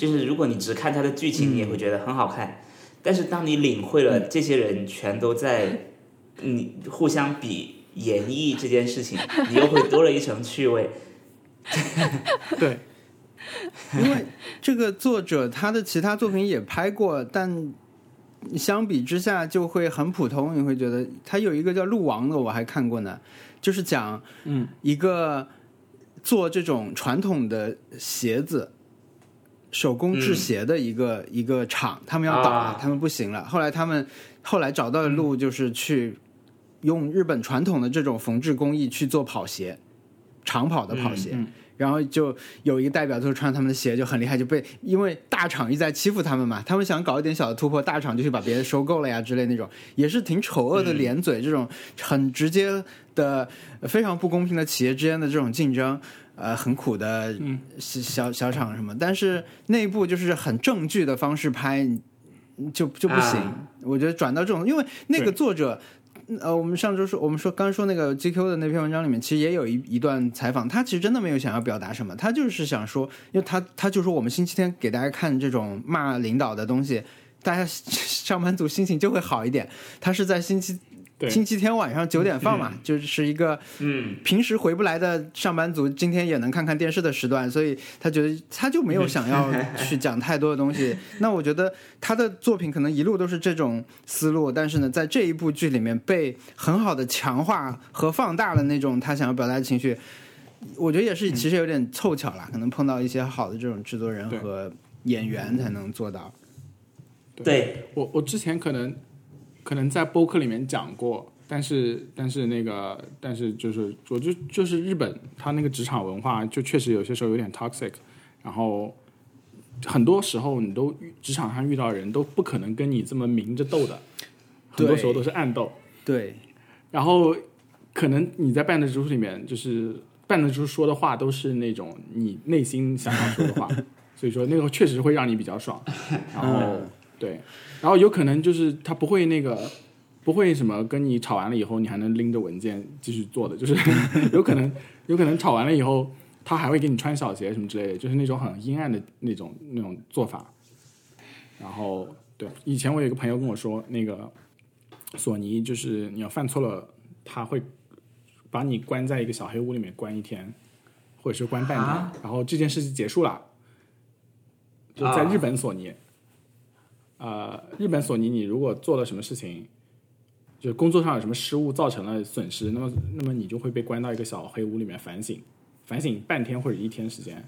就是如果你只看它的剧情，你也会觉得很好看。但是当你领会了这些人全都在你互相比演绎这件事情，你又会多了一层 趣味。对，因为这个作者他的其他作品也拍过，但相比之下就会很普通。你会觉得他有一个叫《鹿王》的，我还看过呢，就是讲嗯一个做这种传统的鞋子。手工制鞋的一个、一个厂，他们要倒了，啊他们不行了。后来他们后来找到的路就是去用日本传统的这种缝制工艺去做跑鞋，长跑的跑鞋。嗯嗯然后就有一个代表，就是穿他们的鞋就很厉害，就被因为大厂一直在欺负他们嘛，他们想搞一点小的突破，大厂就去把别人收购了呀之类那种，也是挺丑恶的嗯连嘴，这种很直接的、非常不公平的企业之间的这种竞争，呃，很苦的嗯小小小厂什么，但是内部就是很正剧的方式拍，就就不行。啊我觉得转到这种，因为那个对作者，呃，我们上周说，我们说刚刚说那个 GQ 的那篇文章里面，其实也有一一段采访，他其实真的没有想要表达什么，他就是想说，因为他他就说我们星期天给大家看这种骂领导的东西，大家上班族心情就会好一点。他是在星期对星期天晚上九点放嘛，就是一个嗯，平时回不来的上班族，今天也能看看电视的时段，所以他觉得他就没有想要去讲太多的东西。那我觉得他的作品可能一路都是这种思路，但是呢，在这一部剧里面被很好的强化和放大了那种他想要表达的情绪。我觉得也是，其实有点凑巧啦，可能碰到一些好的这种制作人对和演员才能做到。对，我我之前可能可能在播客里面讲过，但是但是那个但是就是我就就是日本它那个职场文化就确实有些时候有点 toxic，然后很多时候你都遇职场上遇到的人都不可能跟你这么明着斗的，很多对时候都是暗斗，对，然后可能你在半泽直树里面就是半泽直树说的话都是那种你内心想要说的话，所以说那个确实会让你比较爽，然后。对，然后有可能就是他不会那个，不会什么跟你吵完了以后，你还能拎着文件继续做的，就是 有可能有可能吵完了以后，他还会给你穿小鞋什么之类的，就是那种很阴暗的那种那种做法。然后对，以前我有一个朋友跟我说，那个索尼就是你要犯错了，他会把你关在一个小黑屋里面关一天，或者是关半年，啊然后这件事情结束了。就在啊日本索尼，呃，日本索尼，你如果做了什么事情，就是工作上有什么失误造成了损失，那么那么你就会被关到一个小黑屋里面反省，反省半天或者一天时间，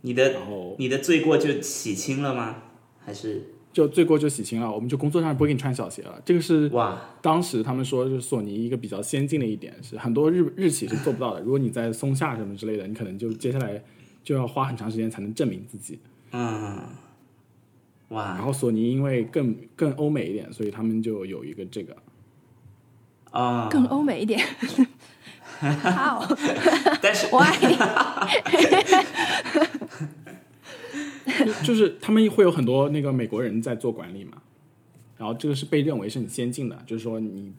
你的然后你的罪过就洗清了吗？还是就罪过就洗清了，我们就工作上不会给你穿小鞋了。这个是哇，当时他们说，就是索尼一个比较先进的一点是，很多日日企是做不到的。如果你在松下什么之类的，你可能就接下来就要花很长时间才能证明自己。嗯，然哇后索尼因为更更欧美一点，所以他们就有一个这个，啊！更欧美一点。好，但是我爱你。就是他们会有很多那个美国人在做管理嘛，然后这个是被认为是很先进的，就是说你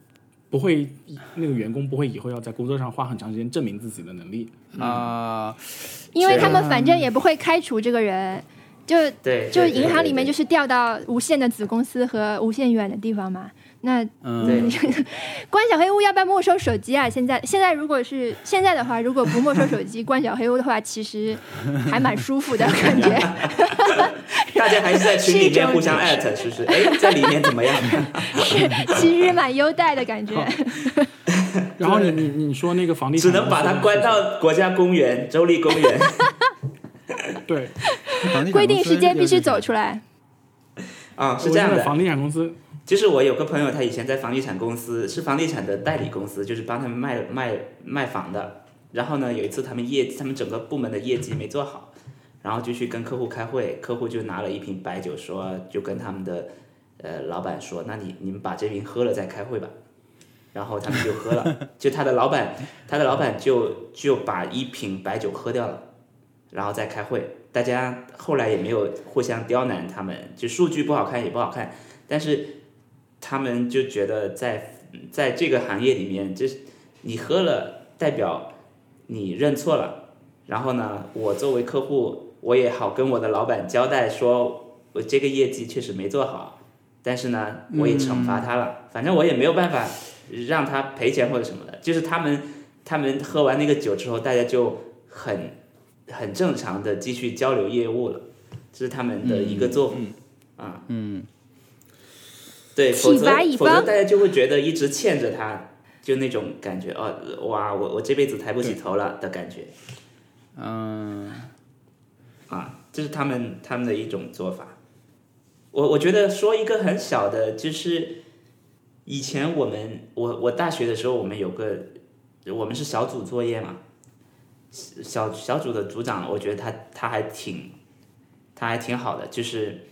不会那个员工不会以后要在工作上花很长时间证明自己的能力。啊、因为他们反正也不会开除这个人，就对，就对对银行里面对就是调到无限的子公司和无限远的地方嘛。那嗯，对关小黑屋要不要没收手机啊？现在现在如果是现在的话，如果不没收手机，关小黑屋的话，其实还蛮舒服的感觉。大家还是在群里是一面种互相艾特，是不是？哎，在里面怎么样？其实蛮优待的感觉。然后你你你说那个房地产只能把它关到国家公园、州立公园。对，房地产规定公司时间必须就是走出来。啊、是我这样现在的。房地产公司就是我有个朋友，他以前在房地产公司，是房地产的代理公司，就是帮他们卖卖卖房的。然后呢，有一次他们业他们整个部门的业绩没做好，然后就去跟客户开会，客户就拿了一瓶白酒说，就跟他们的呃老板说，那你你们把这瓶喝了再开会吧。然后他们就喝了，就他的老板，他的老板就就把一瓶白酒喝掉了，然后再开会。大家后来也没有互相刁难他们，就数据不好看也不好看，但是他们就觉得在在这个行业里面，这你喝了代表你认错了，然后呢，我作为客户，我也好跟我的老板交代说，我这个业绩确实没做好，但是呢，我也惩罚他了，反正我也没有办法让他赔钱或者什么的，就是他们他们喝完那个酒之后，大家就很很正常的继续交流业务了，这是他们的一个作风、啊，嗯，对，否体则罚以否则方大家就会觉得一直欠着他，就那种感觉哦，哇，我我这辈子抬不起头了的感觉嗯，啊，这是他们他们的一种做法。我我觉得说一个很小的，就是以前我们我我大学的时候，我们有个我们是小组作业嘛，小小组的组长，我觉得他他还挺他还挺好的，就是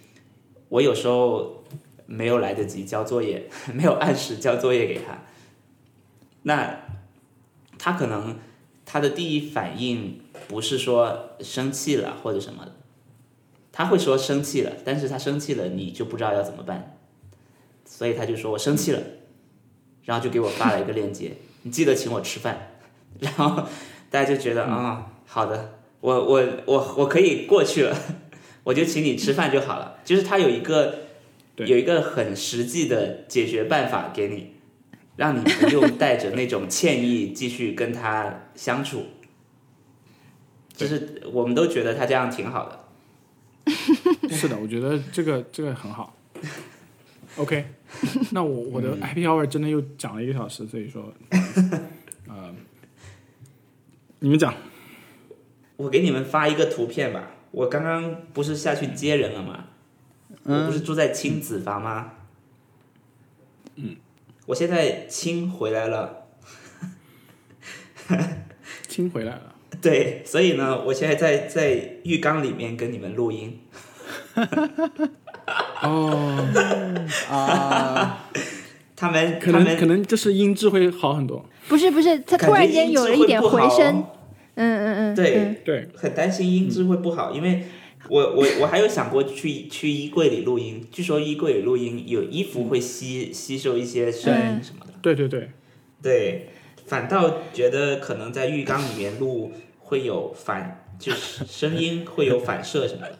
我有时候没有来得及交作业， 没有按时交作业给他，那他可能他的第一反应不是说生气了或者什么的，他会说生气了，但是他生气了你就不知道要怎么办，所以他就说我生气了，然后就给我发了一个链接，你记得请我吃饭， 然后大家就觉得啊、好的，我我我我可以过去了， 我就请你吃饭就好了，就是他有一个对有一个很实际的解决办法给你。让你不用带着那种歉意继续跟他相处。就是我们都觉得他这样挺好的。 是的，我觉得这个这个很好。OK，那我我嗯的 Happy Hour 真的又讲了一个小时，所以说，呃，你们讲，我给你们发一个图片吧。我刚刚不是下去接人了吗？嗯我不是住在亲子房吗？嗯，嗯我现在亲回来了。听回来了，对，所以呢，我现在在在浴缸里面跟你们 录音。哦啊， 他们可他能可们能就是音质会好很多。不是不是，他感觉突然间音有质了一会点不回好声哦，嗯嗯嗯，对嗯对，很担心音质会不好，因为我我我还有想过去去衣柜里录音，据说衣柜里录音有衣服会吸吸收一些声音嗯什么的，对对对，对，反倒觉得可能在浴缸里面录会有反，就是声音会有反射什么 的。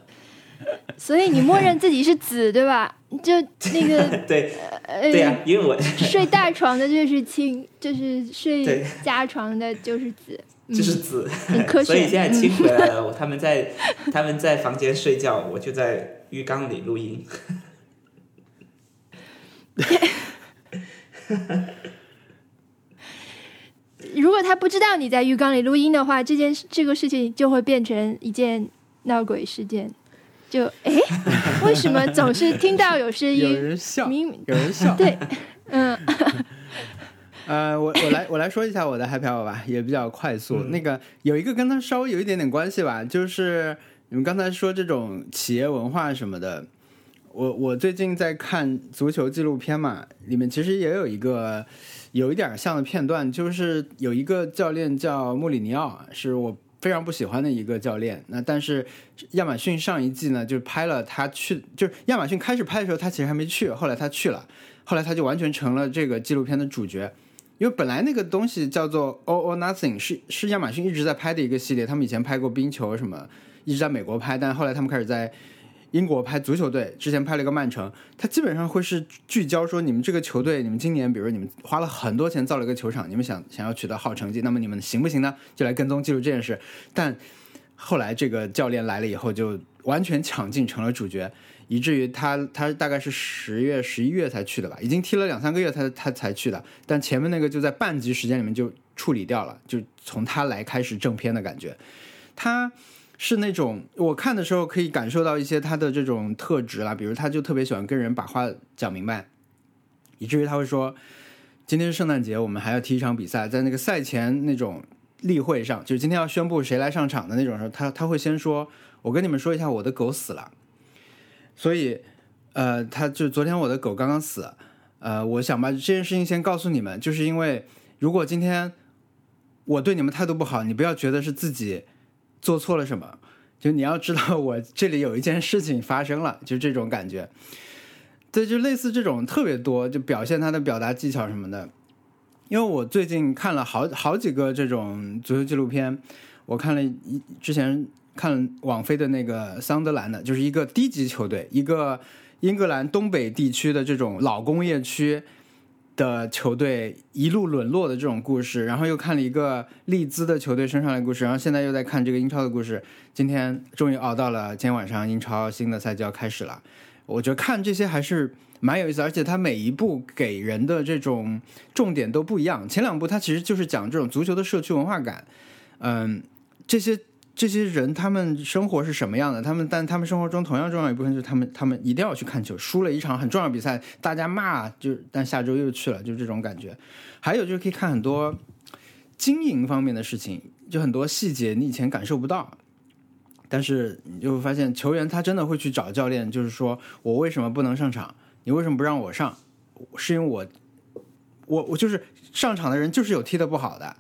所以你默认自己是子对吧？就那个 对呃对，呀、啊因为我睡大床的就是亲，就是睡对加床的就是子，就是子， 很嗯科所以现学。在亲回来了，我他们在 他们在房间睡觉，我就在浴缸里录音。如果他不知道你在浴缸里录音的话，这件事这个事情就会变成一件闹鬼事件。就哎，为什么总是听到有声有音？人笑，明明有人笑。对， 嗯，呃，我我来我来说一下我的 happy hour 吧，也比较快速。那个有一个跟它稍微有一点点关系吧，就是你们刚才说这种企业文化什么的，我我最近在看足球纪录片嘛，里面其实也有一个有一点像的片段，就是有一个教练叫穆里尼奥，是我非常不喜欢的一个教练。那但是亚马逊上一季呢，就拍了他去，就是亚马逊开始拍的时候他其实还没去，后来他去了。后来他就完全成了这个纪录片的主角，因为本来那个东西叫做《All or Nothing》，是是亚马逊一直在拍的一个系列。他们以前拍过冰球什么，一直在美国拍，但后来他们开始在英国拍足球队。之前拍了一个曼城，它基本上会是聚焦说你们这个球队，你们今年比如说你们花了很多钱造了一个球场，你们想想要取得好成绩，那么你们行不行呢？就来跟踪记录这件事。但后来这个教练来了以后，就完全抢镜成了主角。以至于他他大概是十月十一月才去的吧，已经踢了两三个月他他才去的，但前面那个就在半集时间里面就处理掉了，就从他来开始正片的感觉。他是那种我看的时候可以感受到一些他的这种特质啦，比如他就特别喜欢跟人把话讲明白，以至于他会说，今天是圣诞节，我们还要踢一场比赛，在那个赛前那种例会上，就是今天要宣布谁来上场的那种时候，他他会先说，我跟你们说一下，我的狗死了。所以，呃，他就昨天我的狗刚刚死，呃，我想把这件事情先告诉你们，就是因为如果今天我对你们态度不好，你不要觉得是自己做错了什么，就你要知道我这里有一件事情发生了，就这种感觉。对，就类似这种特别多，就表现他的表达技巧什么的。因为我最近看了好好几个这种足球纪录片，我看了一之前看网飞的那个桑德兰的，就是一个低级球队，一个英格兰东北地区的这种老工业区的球队一路沦落的这种故事，然后又看了一个利兹的球队升上来的故事，然后现在又在看这个英超的故事。今天终于熬到了，今天晚上英超新的赛季要开始了。我觉得看这些还是蛮有意思，而且它每一部给人的这种重点都不一样。前两部它其实就是讲这种足球的社区文化感，嗯，这些这些人他们生活是什么样的？他们但他们生活中同样重要一部分就是他们他们一定要去看球，输了一场很重要的比赛，大家骂就但下周又去了，就这种感觉。还有就是可以看很多经营方面的事情，就很多细节你以前感受不到。但是你就会发现，球员他真的会去找教练，就是说我为什么不能上场？你为什么不让我上？是因为我，我我就是上场的人，就是有踢得不好的。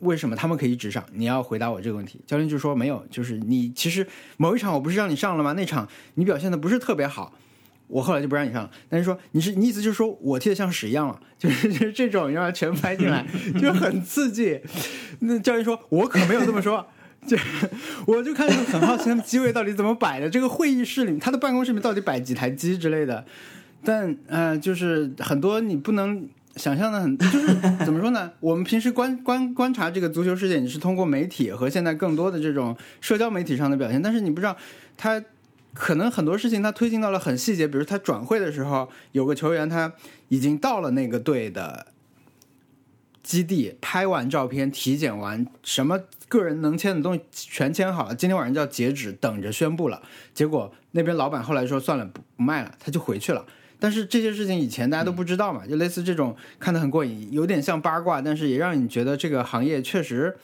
为什么他们可以一直上？你要回答我这个问题。教练就说没有，就是你其实某一场我不是让你上了吗？那场你表现的不是特别好，我后来就不让你上了。但是说你是你意思就是说我踢得像屎一样了， 就是就是这种让全拍进来 就很刺激。那教练说我可没有这么说。 就我就开始很好奇他们机位到底怎么摆的，这个会议室里面，他的办公室里面到底摆几台机之类的。但呃，就是很多你不能想象的很，就是 怎么说呢？我们平时观观观察这个足球世界，你是通过媒体和现在更多的这种社交媒体上的表现，但是你不知道他可能很多事情他推进到了很细节，比如他转会的时候，有个球员他已经到了那个队的。基地拍完照片，体检完什么个人能签的东西全签好了，今天晚上就要截止，等着宣布了。结果那边老板后来说算了，不不卖了，他就回去了。但是这些事情以前大家都不知道嘛，就类似这种看得很过瘾，有点像八卦，但是也让你觉得这个行业确实，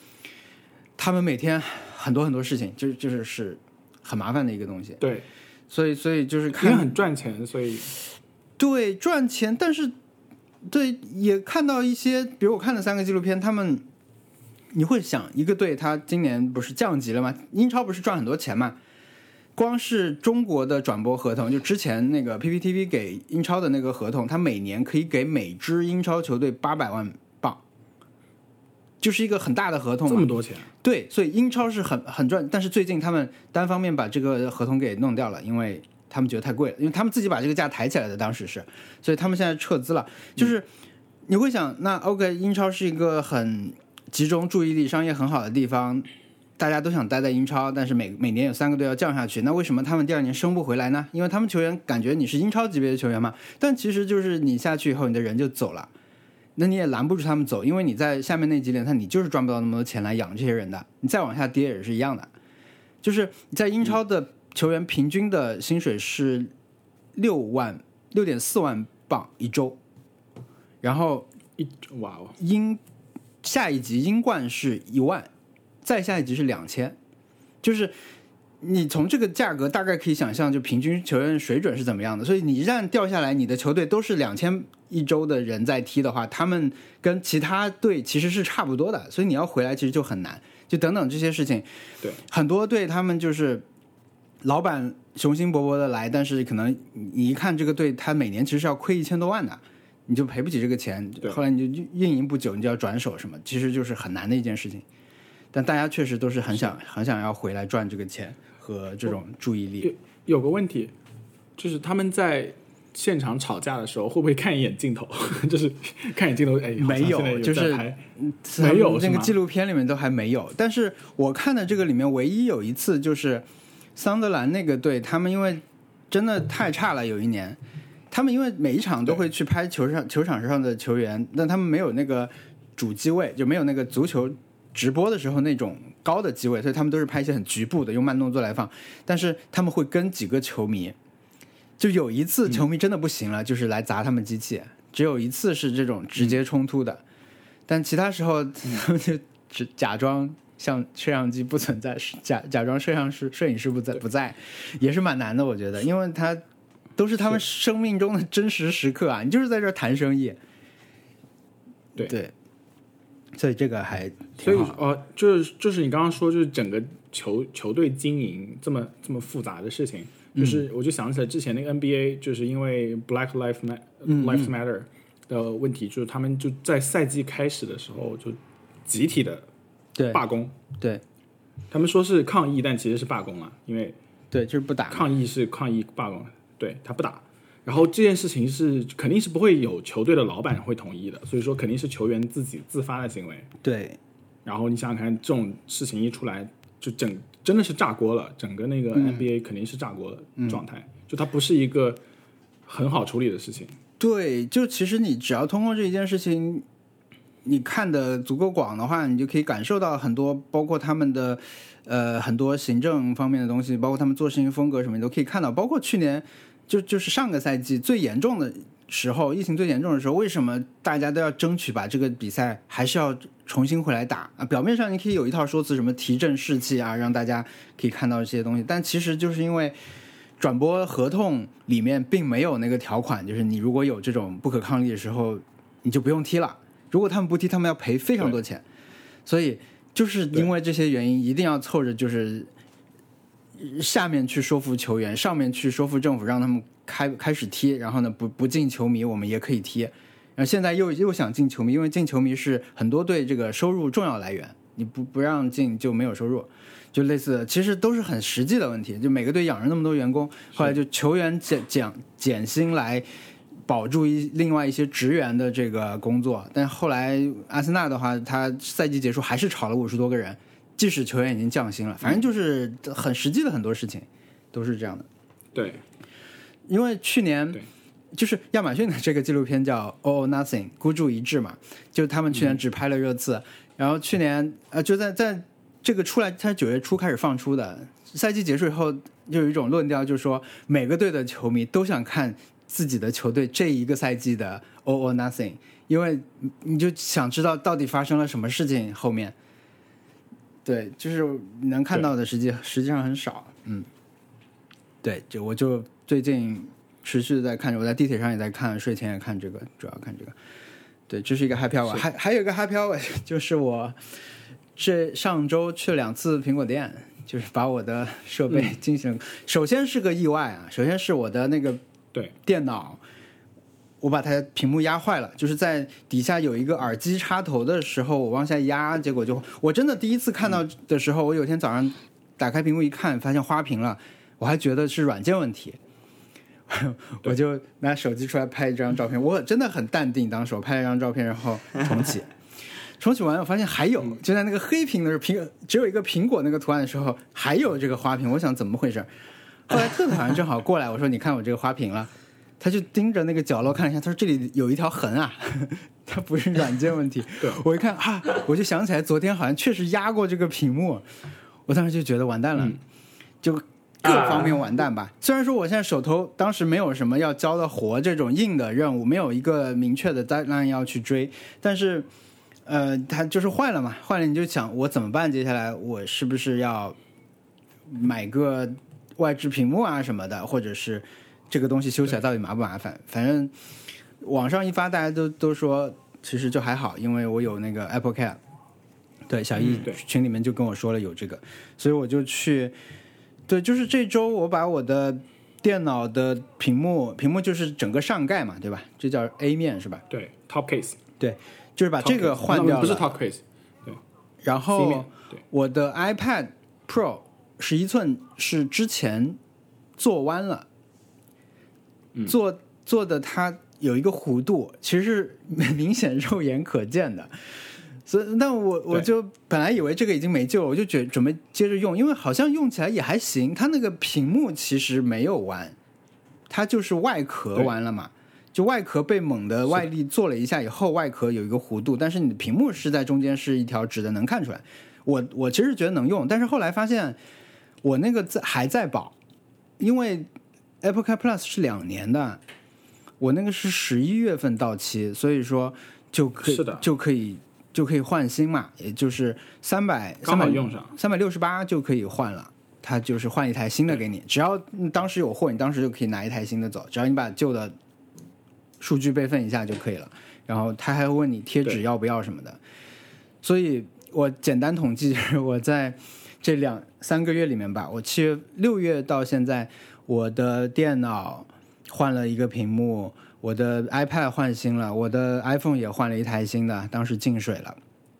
他们每天很多很多事情，就是就是是很麻烦的一个东西。对，所以所以就是因为看很赚钱，所以对赚钱，但是对，也看到一些，比如我看了三个纪录片，他们你会想，一个队他今年不是降级了吗？英超不是赚很多钱嘛？光是中国的转播合同，就之前那个 PPTV 给英超的那个合同，它每年可以给每支英超球队八百万镑，就是一个很大的合同这嘛。么多钱，对，所以英超是很很赚，但是最近他们单方面把这个合同给弄掉了，因为他们觉得太贵了，因为他们自己把这个价抬起来的，当时是，所以他们现在撤资了。就是你会想，那 OK，英超是一个很集中注意力、商业很好的地方，大家都想待在英超，但是每每年有三个队要降下去，那为什么他们第二年升不回来呢？因为他们球员感觉你是英超级别的球员嘛，但其实就是你下去以后，你的人就走了。那你也拦不住他们走，因为你在下面那几联赛，你就是赚不到那么多钱来养这些人的。你再往下跌也是一样的，就是你在英超的球员平均的薪水是六万六点四万镑一周，然后一哇哦，英下一级英冠是一万，再下一级是两千，就是你从这个价格大概可以想象，就平均球员水准是怎么样的。所以你一旦掉下来，你的球队都是两千一周的人在踢的话，他们跟其他队其实是差不多的，所以你要回来其实就很难。就等等这些事情，对很多队他们就是老板雄心勃勃的来，但是可能你一看这个队，他每年其实是要亏一千多万的，你就赔不起这个钱。对后来你就运营不久，你就要转手什么，其实就是很难的一件事情。但大家确实都是很想很想要回来赚这个钱和这种注意力。有个问题，就是他们在现场吵架的时候，会不会看一眼镜头？ 就是看一眼镜头，哎，好像没有现在有就是在拍没没有有是那个吗纪录片里面都还没有。但是我看的这个里面，唯一有一次就是桑德兰那个队，他们因为真的太差了，有一年。他们因为每一场都会去拍球上球场上的球员，但他们没有那个主机位，就没有那个足球直播的时候那种高的机位，所以他们都是拍一些很局部的，用慢动作来放。但是他们会跟几个球迷，就有一次球迷真的不行了，就是来砸他们机器，只有一次是这种直接冲突的，但其他时候 他们就只假装像摄像机不存在，假假装摄像师、摄影师不在不在，也是蛮难的，我觉得，因为他都是他们生命中的真实时刻啊，你就是在这儿谈生意，对对，所以这个还所以挺好。呃，就是就是你刚刚说，就是整个球球队经营这么这么复杂的事情，嗯就是我就想起来之前那个 NBA，就是因为 Black Life Ma 嗯 Lives Matter 的问题，就是他们就在赛季开始的时候就集体的对罢工，对他们说是抗议，但其实是罢工了，啊因为对，就是不打。抗议是抗议罢工，对他不打。然后这件事情是肯定是不会有球队的老板会同意的，所以说肯定是球员自己自发的行为。对，然后你想想看，这种事情一出来，就整真的是炸锅了，整个那个嗯 NBA 肯定是炸锅的状态，就它不是一个很好处理的事情。对，就其实你只要通过这一件事情，你看的足够广的话，你就可以感受到很多，包括他们的呃很多行政方面的东西，包括他们做事情风格什么，你都可以看到。包括去年就就是上个赛季最严重的时候，疫情最严重的时候，为什么大家都要争取把这个比赛还是要重新回来打啊？表面上你可以有一套说辞，什么提振士气啊，让大家可以看到一些东西，但其实就是因为。转播合同里面并没有那个条款，就是你如果有这种不可抗力的时候，你就不用踢了。如果他们不踢，他们要赔非常多钱。所以就是因为这些原因，一定要凑着就是下面去说服球员，上面去说服政府，让他们开开始踢。然后呢，不不进球迷，我们也可以踢。然后现在又又想进球迷，因为进球迷是很多队这个收入重要来源，你不不让进就没有收入。就类似的，其实都是很实际的问题。就每个队养着那么多员工，后来就球员减减减薪来保住一另外一些职员的这个工作。但后来阿森纳的话，他赛季结束还是炒了五十多个人，即使球员已经降薪了，反正就是很实际的很多事情都是这样的。对，因为去年对就是亚马逊的这个纪录片叫《All or Nothing》，孤注一掷嘛，就是他们去年嗯只拍了热刺，然后去年呃就在在这个出来，它是九月初开始放出的，赛季结束以后，就有一种论调，就是说每个队的球迷都想看自己的球队这一个赛季的 All or Nothing，因为你你就想知道到底发生了什么事情后面。对，就是能看到的实际实际上很少，嗯，对，就我就最近持续地在看着，我在地铁上也在看，睡前也看这个，主要看这个。对，这是一个 happy hour，还还有一个 happy hour，就是 我这上周去两次苹果店，就是把我的设备进行，首先是个意外啊，首先是我的那个对电脑，我把它屏幕压坏了，就是在底下有一个耳机插头的时候，我往下压，结果就我真的第一次看到的时候，我有一天早上打开屏幕一看，发现花屏了，我还觉得是软件问题。 我就拿手机出来拍一张照片，我真的很淡定。当时我拍了一张照片，然后重启， 重启完我发现还有，就在那个黑屏的时候，苹只有一个苹果那个图案的时候，还有这个花屏。我想怎么回事？后来特好像正好过来，我说你看我这个花屏了，他就盯着那个角落看了一下，他说这里有一条痕啊， 它不是软件问题。我一看啊，我就想起来昨天好像确实压过这个屏幕，我当时就觉得完蛋了，就各方面完蛋吧。虽然说我现在手头当时没有什么要交的活这种硬的任务，没有一个明确的 deadline 要去追，但是。呃，它就是坏了嘛，坏了你就想我怎么办？接下来我是不是要买个外置屏幕啊什么的，或者是这个东西修起来到底麻不麻烦？反正网上一发，大家都都说其实就还好，因为我有那个 Apple Care。对，小易嗯对群里面就跟我说了有这个，所以我就去，对，就是这周我把我的电脑的屏幕，屏幕就是整个上盖嘛，对吧？这叫 A 面是吧？对，Top Case，就是把这个换掉了，不是 Top Case，然地后面对我的 iPad Pro 十一寸是之前做弯了，做做的它有一个弧度，其实是 明显肉眼可见的。所以，但我我对就本来以为这个已经没救了，我就准准备接着用，因为好像用起来也还行。它那个屏幕其实没有弯，它就是外壳对弯了嘛。就外壳被猛的外力做了一下以后，外壳有一个弧度，但是你的屏幕是在中间是一条直的，能看出来。我我其实觉得能用，但是后来发现我那个在还在保，因为 Apple Care Plus 是两年的，我那个是十一月份到期，所以说就可以是的就可以就可以换新嘛，也就是三百刚好用上。三百六十八就可以换了。它就是换一台新的给你，只要你当时有货，你当时就可以拿一台新的走，只要你把旧的数据备份一下就可以了。然后他还会问你贴纸对要不要什么的。所以我简单 统计，就是我在这两三个月里面吧，我七月六月到现在，我的电脑换了一个屏幕，我的 iPad 换新了，我的 iPhone 也换了一台新的，当时进水了。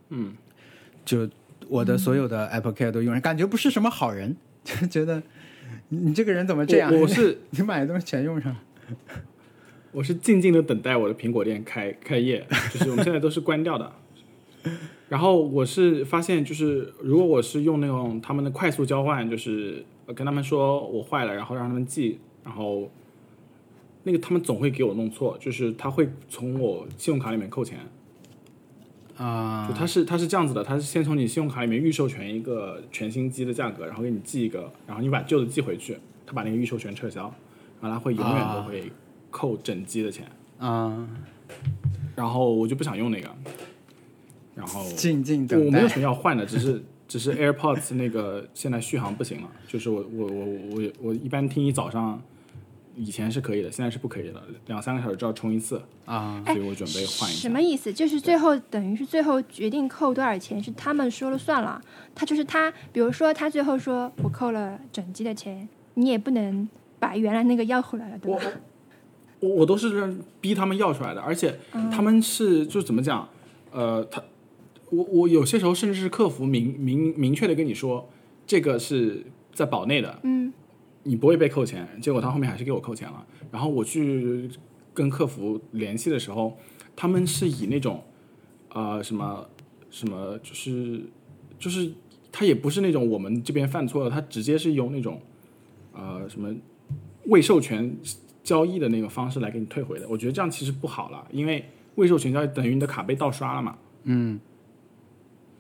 嗯，就我的所有的 Apple Care 都用上，感觉不是什么好人， 就觉得你你这个人怎么这样？我我是 你买的东西全用上了，我是静静的等待我的苹果店开开业， 就是我们现在都是关掉的。然后我是发现，就是如果我是用那种他们的快速交换，就是呃跟他们说我坏了，然后让他们寄，然后那个他们总会给我弄错，就是他会从我信用卡里面扣钱啊，就他是他是这样子的，他是先从你信用卡里面预授权一个全新机的价格，然后给你寄一个，然后你把旧的寄回去，他把那个预授权撤销，然后他会永远都会扣整机的钱，啊、然后我就不想用那个，然后静静我等没待有。什么要换的，只是 只是 AirPods 那个现在续航不行了，就是我我我我我一般听一早上，以前是可以的，现在是不可以了，两三个小时就要充一次啊，所以我准备换一什下。么意思？就是最后等于是最后决定扣多少钱是他们说了算了。他就是他，比如说他最后说我扣了整机的钱，你也不能把原来那个要回来了，对吧？我我都是让逼他们要出来的，而且他们是就怎么讲，呃，他我我有些时候甚至是客服明明明确的跟你说，这个是在保内的，嗯，你不会被扣钱，结果他后面还是给我扣钱了。然后我去跟客服联系的时候，他们是以那种呃什么什么，就是就是他也不是那种我们这边犯错了，他直接是用那种呃什么未授权交易的那个方式来给你退回的。我觉得这样其实不好了，因为未授权交易等于你的卡被盗刷了嘛。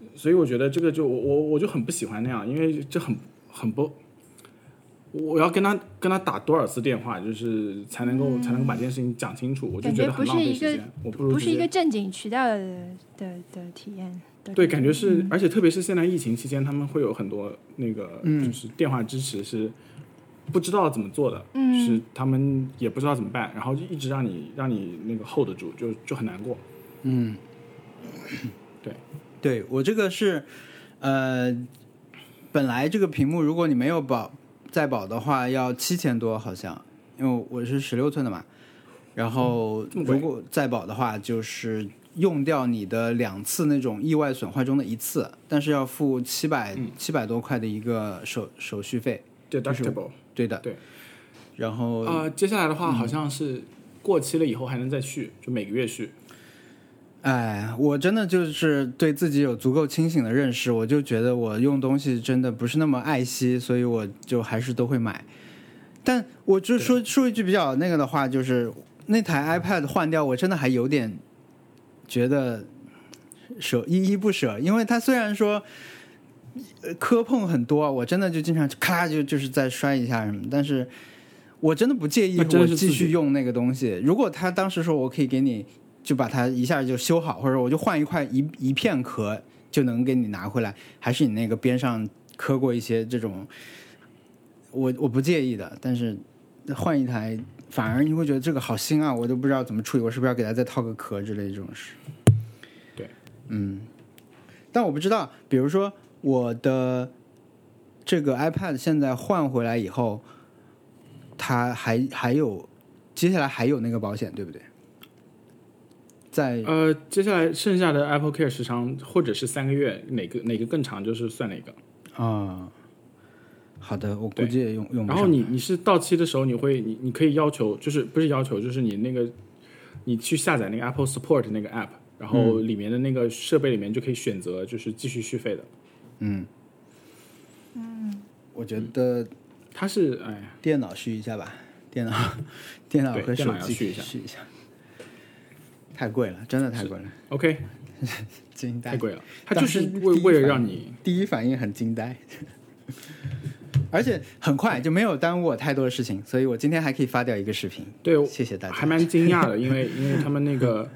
嗯。所以我觉得这个就我我我就很不喜欢那样，因为这很很不我要跟他跟他打多少次电话，就是才能够、才能够把这件事情讲清楚，我就感觉觉得很不浪是费一时个间。我不如不是直一接个正经渠道的的的体验。的对，感觉是，嗯而且特别是现在疫情期间，他们会有很多那个就是电话支持是不知道怎么做的，嗯是他们也不知道怎么办，然后就一直让你让你那个 hold 得住，就就很难过。对我这个是，呃，本来这个屏幕如果你没有保再保的话，要七千多好像，因为我是十六寸的嘛。然后嗯这么贵如果再保的话，就是用掉你的两次那种意外损坏中的一次，但是要付七百嗯七百多块的一个手手续费。 deductible 对的，对。然后啊、接下来的话好像是过期了以后还能再续，就每个月续。哎，我真的就是对自己有足够清醒的认识，我就觉得我用东西真的不是那么爱惜，所以我就还是都会买。但我就说说一句比较那个的话，就是那台 iPad 换掉，我真的还有点觉得舍依依不舍，因为它虽然说呃磕碰很多，我真的就经常咔就就是再摔一下什么，但是我真的不介意那真我是继自己续用那个东西。如果他当时说我可以给你就把它一下就修好，或者我就换一块一一片壳就能给你拿回来，还是你那个边上磕过一些这种，我我不介意的，但是换一台。反而你会觉得这个好新啊，我都不知道怎么处理，我是不是要给它再套个壳之类的这种事？对，嗯，但我不知道，比如说我的这个 iPad 现在换回来以后，它还还有接下来还有那个保险，对不对？在呃，接下来剩下的 Apple Care 时长或者是三个月，哪个哪个更长就是算哪个。啊、好的，我估计也用用不上。然后你你是到期的时候，你会你你可以要求，就是不是要求，就是你那个你去下载那个 Apple Support 那个 app，然后嗯里面的那个设备里面就可以选择就是继续续费的。我觉得它是哎呀，电脑续一下吧，电脑电脑对和电手脑要机续一下续一下，太贵了，真的太贵了， OK，惊太呆。贵了，它就是当时为第一为了反让你第一反应很惊呆， 而且很快就没有耽误我太多的事情，所以我今天还可以发掉一个视频。对，谢谢大家还蛮惊讶的，因为因为他们那个，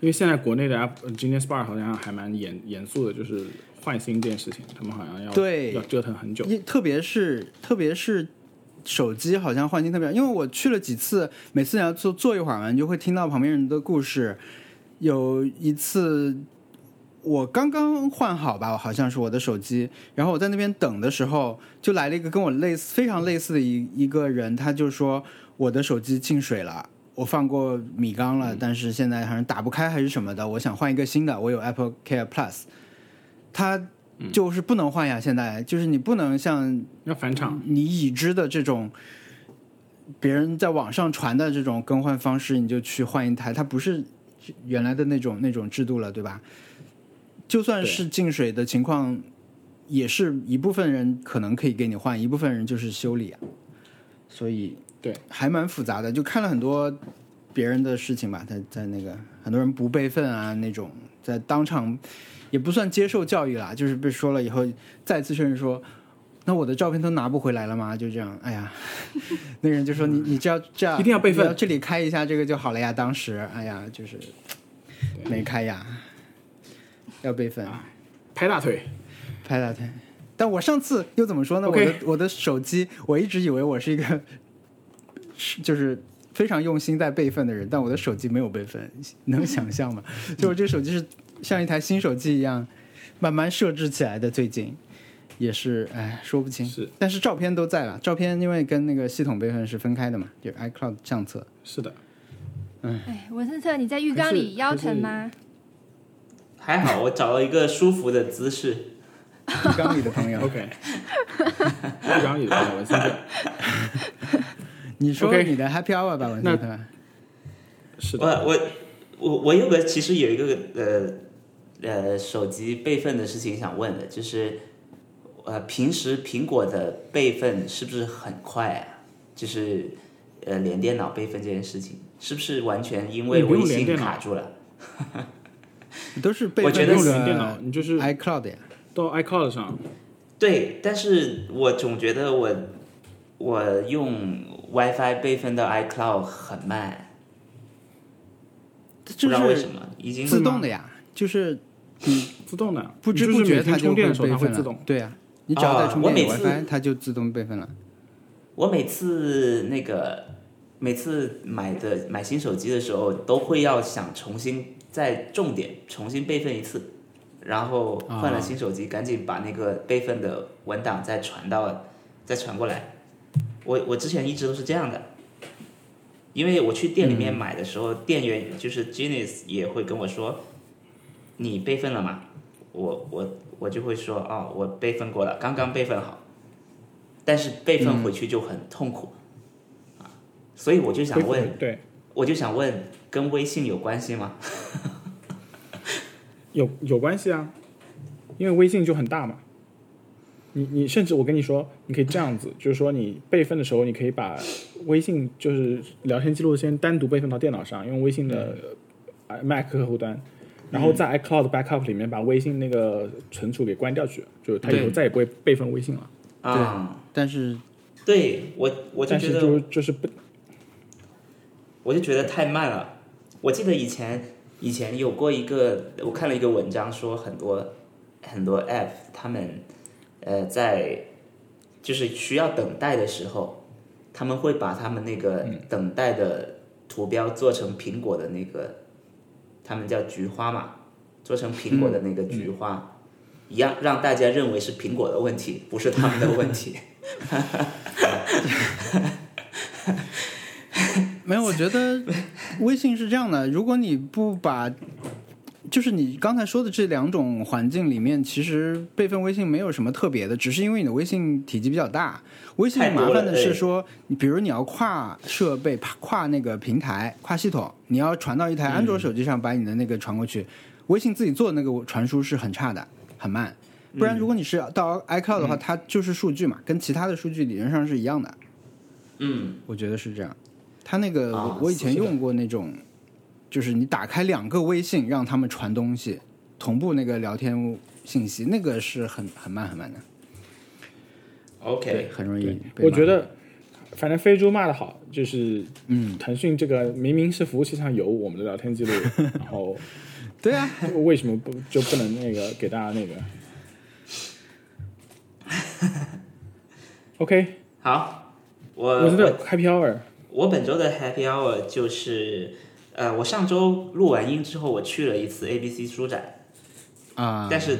因为现在国内的 App Genius Bar 好像还蛮严严肃的，就是换新这件事情，他们好像要对要折腾很久。因特别是特别是手机好像换新特别，因为我去了几次，每次你要坐坐一会儿嘛，你就会听到旁边人的故事。有一次我刚刚换好吧，我好像是我的手机。然后我在那边等的时候，就来了一个跟我类似、非常类似的一一个人，他就说我的手机进水了，我放过米缸嗯了，但是现在好像打不开还是什么的，我想换一个新的，我有 Apple Care Plus，它就是不能换呀，现在就是你不能像要返场，你已知的这种别人在网上传的这种更换方式，你就去换一台，它不是原来的那种那种制度了，对吧？就算是进水的情况，也是一部分人可能可以给你换，一部分人就是修理啊，所以对，还蛮复杂的。就看了很多别人的事情吧，在在那个很多人不备份啊那种，在当场也不算接受教育啦，就是被说了以后再次确认说。那我的照片都拿不回来了吗？就这样，哎呀，那个人就说你你只要这样嗯一定要备份你这里开一下这个就好了呀。当时，哎呀，就是没开呀，要备份，拍大腿，拍大腿。但我上次又怎么说呢 OK 我的我的手机，我一直以为我是一个 是就是非常用心在备份的人，但我的手机没有备份，能想象吗？就我这手机是像一台新手机一样慢慢设置起来的，最近也是哎说不清。是，但是照片都在了，照片因为跟那个系统备份是分开的嘛，就 iCloud 相册。是的，哎，文森特，你在浴缸还是里腰疼吗？还好我找到一个舒服的姿势。浴缸里的 朋友， OK，浴缸里的文森特，你说 OK 你的 Happy Hour 吧，文森特。是我的，我我我有个其实有一个呃呃手机备份的事情想问的，就是呃平时苹果的备份是不是很快啊？就是呃连电脑备份这件事情，是不是完全因为你不用微连信电脑卡住了？你都是备我份觉那得用个连电脑，你就是 iCloud 呀。到 iCloud 上，对，但是我总觉得我我用 WiFi 备份到 iCloud 很慢，不这知道为是什么，已经自动的呀，就是自动的，不知你不就是觉每天它就充电会的时候备它会份自了动。。啊对呀、你只要在充我电每有次 WiFi，它就自动备份了。我每次那个每次买的买新手机的时候，都会要想重新再重点重新备份一次，然后换了新手机，赶紧把那个备份的文档再传到再传过来。我我之前一直都是这样的，因为我去店里面买的时候，店员就是 Genius 也会跟我说，你备份了吗？我我我就会说哦，我备份过了，刚刚备份好，但是备份回去就很痛苦、啊，所以我就想问，对，我就想问，跟微信有关系吗？有有关系啊，因为微信就很大嘛。你你甚至我跟你说，你可以这样子，就是说你备份的时候，你可以把微信就是聊天记录先单独备份到电脑上，用微信的嗯呃 Mac 客户端，然后在 iCloud backup 里面把微信那个存储给关掉去，就是它以后对再也不会备份微信了。啊，但是对我我就但觉是得就就是不我就觉得太慢了。我记得以前以前有过一个，我看了一个文章说很多很多 app 他们呃在就是需要等待的时候，他们会把他们那个嗯等待的图标做成苹果的那个，他们叫菊花嘛，做成苹果的那个嗯菊花。一样让大家认为是苹果的问题，不是他们的问 题。没有，我觉得微信是这样的，如果你不把，就是你刚才说的这两种环境里面，其实备份微信没有什么特别的，只是因为你的微信体积比较大。微信太多麻了哎烦的是对说，你比如你要跨设备、跨跨那个平台、跨系统，你要传到一台安嗯卓手机上，把你的那个传过去，微信自己做的那个传输是很差的，很慢。不嗯然，如果你是到 iCloud 的话，它就是数据嘛，跟其他的数据理论上是一样的。嗯，我觉得是这样。他那个、啊我我以前是的用过那种，就是你打开两个微信让他们传东西，同步那个聊天信息，那个是很很慢很慢的， ，OK，很容易被骂。我觉得，反正飞猪骂的好，就是嗯，腾讯这个明明是服务器上有我们的聊天 记录，然后对啊，为什么不就不能那个给大家那 个？OK，好，我我是呃我 Happy Hour，我本周的 Happy Hour 就是，呃，我上周录完音之后，我去了一次 ABC 书展，啊，但是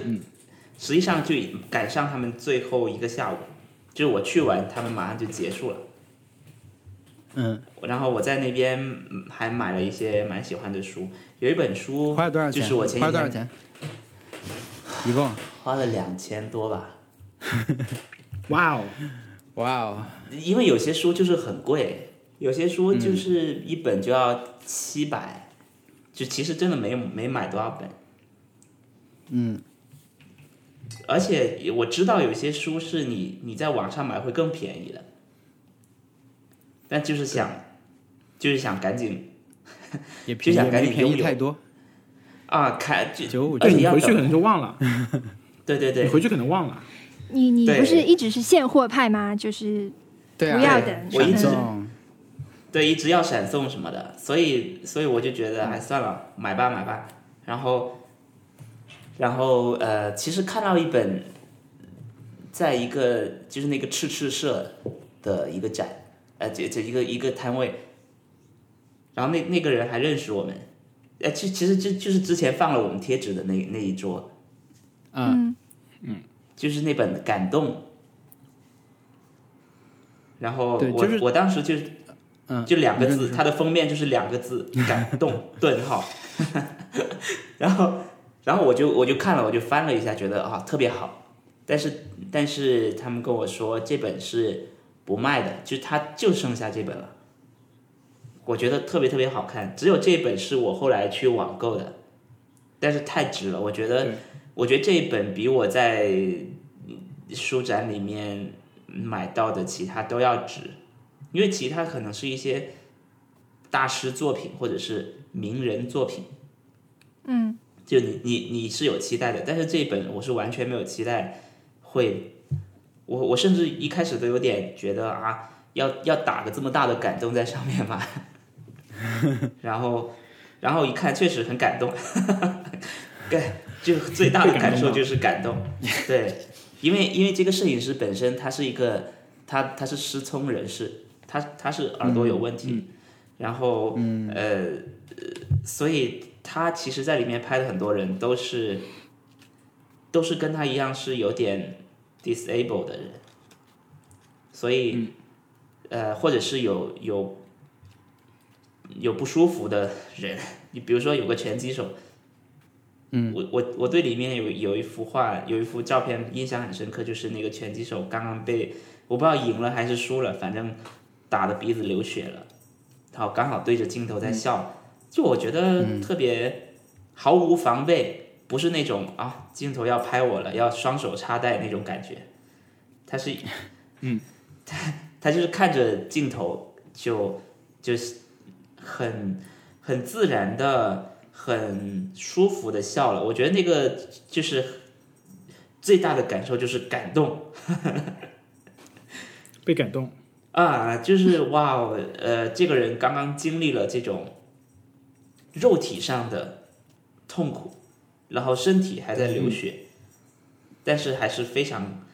实际上就赶上他们最后一个下午，就是我去完，他们马上就结束了。嗯，然后我在那边嗯还买了一些蛮喜欢的书，有一本书花了多少钱？就是我前花几了多少天钱？一共？花了两千多吧，哇哦，哇哦，因为有些书就是很贵，有些书嗯就是一本就要七百、就其实真的没没买多少本。嗯，而且我知道有些书是你你在网上买会更便宜的，但就是想，就是想赶紧也就便想宜，赶没紧便宜拥有太多，啊，看就九五而对且哎你要回去可等，能就忘了，对对你对，回去可能忘了。你你对不是一直是现货派吗？就是对啊，不要对等，我一直是吧送对，一直要闪送什么的，所以所以我就觉得，哎，算了，买吧买吧。然后，然后呃，其实看到一本，在一个就是那个赤赤社的一个展，呃，这这一个一个摊位，然后那那个人还认识我们，呃，其其实就就是之前放了我们贴纸的那那一桌，嗯，就是那本《感动》。然后对我、就是我当时就是嗯，就两个你说字，它的封面就是两个字“感动”顿号。 然后，然后我就我就看了，我就翻了一下，觉得啊特别好。但是但是他们跟我说这本是不卖的，就是它就剩下这本了。我觉得特别特别好看，只有这一本是我后来去网购的，但是太值了。我觉得对，我觉得这一本比我在书展里面买到的其他都要值，因为其他可能是一些大师作品或者是名人作品，嗯，就你你你是有期待的，但是这一本我是完全没有期待会，我我甚至一开始都有点觉得啊，要要打个这么大的感动在上面 嘛，然后然后一看确实很感动，对，就最大的被感动感受到就是感动，对，因为因为这个摄影师本身他是一个他他是失聪人士，他他是耳朵有问题，然后、呃呃所以他其实在里面拍的很多人都是都是跟他一样是有点 disable 的人，所以、呃或者是有有有不舒服的人，你比如说有个拳击手。嗯，我我我对里面有有一幅画，有一幅照片印象很深刻，就是那个拳击手刚刚被我不知道赢了还是输了，反正打的鼻子流血了，然后刚好对着镜头在笑，就我觉得特别毫无防备，不是那种啊镜头要拍我了，要双手插袋那种感觉，他是，嗯，他他就是看着镜头就就是很很自然的、很舒服的笑了，我觉得那个就是最大的感受就是感动。被感动，啊，就是哇哦，呃，这个人刚刚经历了这种肉体上的痛苦，然后身体还在流血，但是还是非常，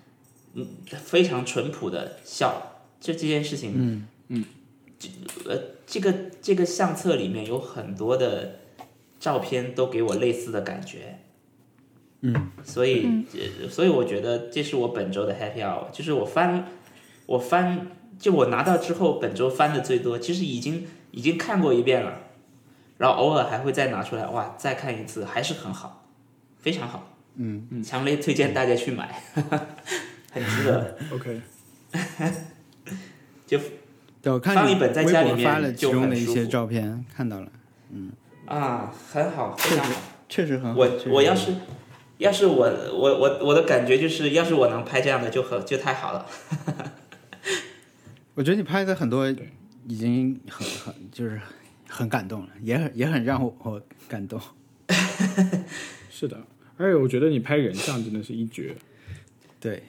嗯，非常淳朴的笑。就这件事情，嗯嗯，这呃，这个这个相册里面有很多的照片都给我类似的感觉。嗯，所以、呃所以我觉得这是我本周的 happy hour，就是我翻我翻就我拿到之后，本周翻的最多，其实已经已经看过一遍了，然后偶尔还会再拿出来，哇，再看一次，还是很好，非常好，嗯嗯，强烈推荐大家去买， 很值得。 OK，对，我看放你一本在微家博里发面了其就中很的一舒些服照片，看到了，啊，很好，非常好。确实很好。我确实我要很好是要是我我我我的感觉就是，要是我能拍这样的就很就太好了。我觉得你拍的很多已经很很就是很感动了，也很也很让我我感动。是的。而且我觉得你拍人像真的是一绝，对，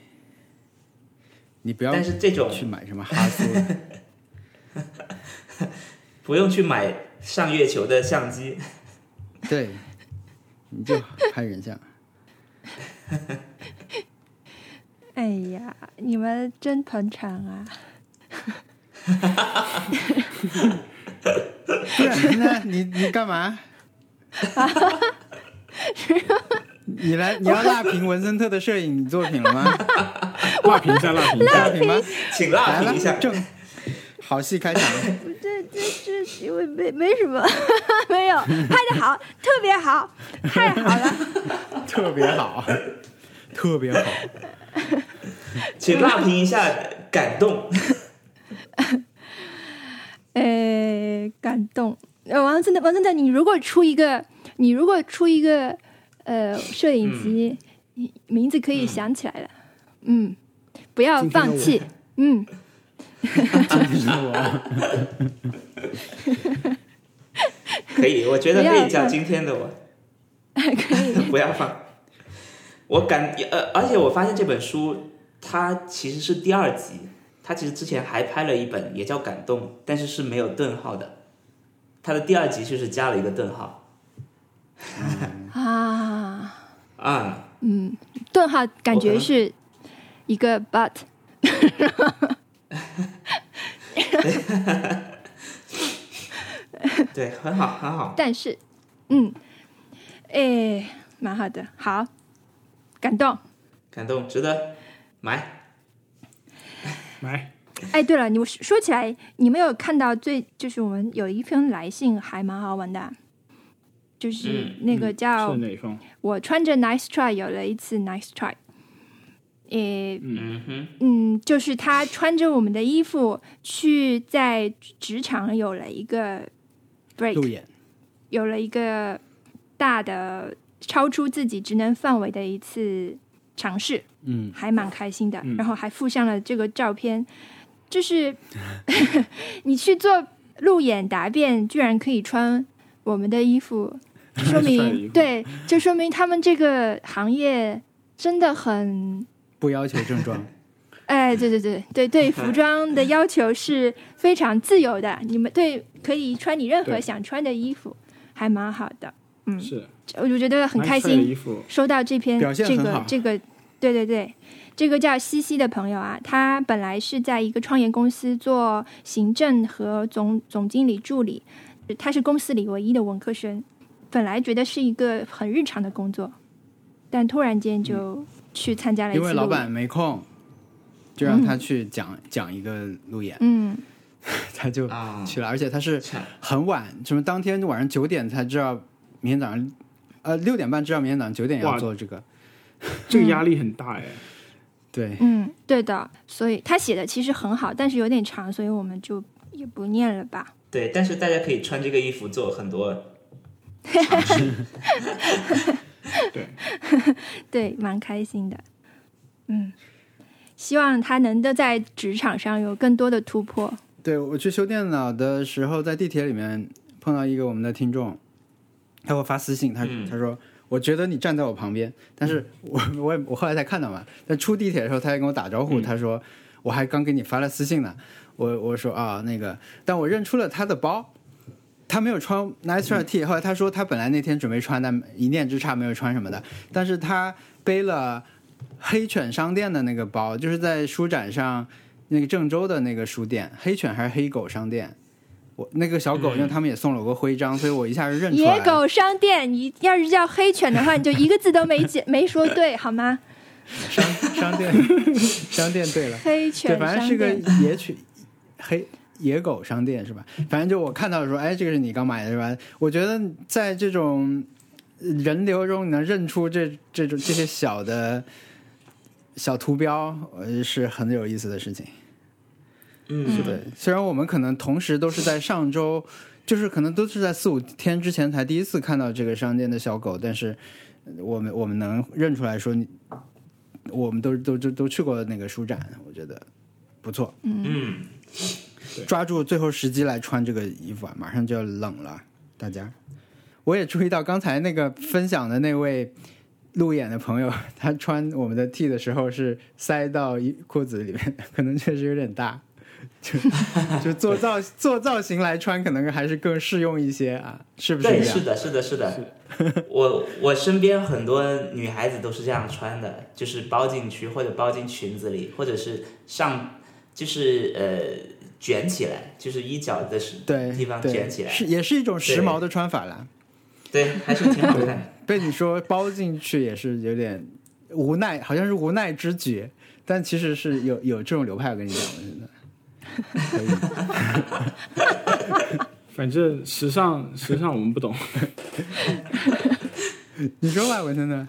你不要但是这种去买什么哈苏了， 不用去买上月球的相机， 对，你就拍人 像。哎呀，你们真捧场啊！不然呢？你你干嘛？ 你来，你要辣评文森特的摄影作品了 吗？辣评一下，辣评一下辣。评吗？请辣来评一下了，。正好戏开场。这这这因为没没什么， 没有拍的好， 特别好，太好了。特别好，特别好。哎请辣评一下感动。哎，感动。呃，王森的王森的，你如果出一个，你如果出一个呃摄影集，你名字可以想起来的，嗯，不要今天的放我弃，嗯， 可以，我觉得不可要以叫放今 天的我。可以， 不要放。我感呃，而且我发现这本书它其实是第二集，它其实之前还拍了一本也叫《感动》，但是是没有顿号的。它的第二集就是加了一个顿号啊，啊、顿号感我可觉能是一个 but，对，很好，很好。但是，嗯，哎，蛮好的，好，感动。感动，值得买。来，哎，对了，你们说起来，你们有看到最就是我们有一封来信还蛮好玩的，啊就是嗯那个叫是哪一封？我穿着 nice try 有了一次 nice try，诶，嗯哼，嗯，就是他穿着我们的衣服去在职场有了一个 break，演，有了一个大的超出自己职能范围的一次尝试。嗯，还蛮开心的，嗯然后还附上了这个照片，就是 你去做路演答辩，居然可以穿我们的衣服，就说帅的衣明 服对，就说明他们这个行业真的很，不要求症 状，哎，对对对对 对，服装的要求是非常自由的，你们对可以穿你任何对想穿的衣服，还蛮好的，嗯，是我就觉得很开 Nice Try 的心，衣服，收到这篇表现这很个好这个，对对对，这个叫西西的朋友啊，他本来是在一个创业公司做行政和总总经理助理，他是公司里唯一的文科生，本来觉得是一个很日常的工作，但突然间就去参加了嗯一因次为录老影板没空，就让他去讲、讲一个路演，嗯，他就啊去了，而且他是很晚，什么当天晚上九点才知道明天早上，呃六点半知道明天早上九点要哇做这个，这个压力很大哎。对，嗯，对的，所以他写的其实很好，但是有点长，所以我们就也不念了吧。对，但是大家可以穿这个衣服做很多。对，对，蛮开心的。嗯，希望他能够在职场上有更多的突破。对我去修电脑的时候，在地铁里面碰到一个我们的听众，他给我发私信，他、嗯他说。我觉得你站在我旁边，但是我我也我后来才看到嘛。但出地铁的时候，他还跟我打招呼，他说我还刚给你发了私信呢。我我说啊那个，但我认出了他的包，他没有穿 Nice Try T、后来他说他本来那天准备穿，但一念之差没有穿什么的，但是他背了黑犬商店的那个包，就是在书展上那个郑州的那个书店，黑犬还是黑狗商店。我那个小狗，因为他们也送了我个徽章，所以我一下就认出来野了。狗商店，你要是叫黑犬的话，你就一个字都没 解没说对，好吗？ 商商店商店对了，黑对，犬反正商是个店，野犬黑野狗商店是吧？反正就我看到说，哎，这个是你刚买的是吧？我觉得在这种人流中，你能认出这这种这些小的小图标，呃，是很有意思的事情。嗯，对，虽然我们可能同时都是在上周，就是可能都是在四五天之前才第一次看到这个商店的小狗，但是我们我们能认出来说你，我们都都都都去过那个书展，我觉得不错，嗯，抓住最后时机来穿这个衣服啊，马上就要冷了，大家。我也注意到刚才那个分享的那位路演的朋友，他穿我们的 T 的时候是塞到衣裤子里面，可能确实有点大。就就做造做造型来穿，可能还是更适用一些啊，是不是对，这是样？的，是的，是的。 我我身边很多女孩子都是这样穿的，就是包进去或者包进裙子里，或者是上就是呃卷起来，就是衣角的是对，地方对卷起来是也是一种时髦的穿法啦。对，还是挺好看的。被你说包进去也是有点无奈，好像是无奈之举，但其实是有有这种流派。我跟你讲，我真的可以。反正 时尚时尚我们不懂，你说吧，文森 特。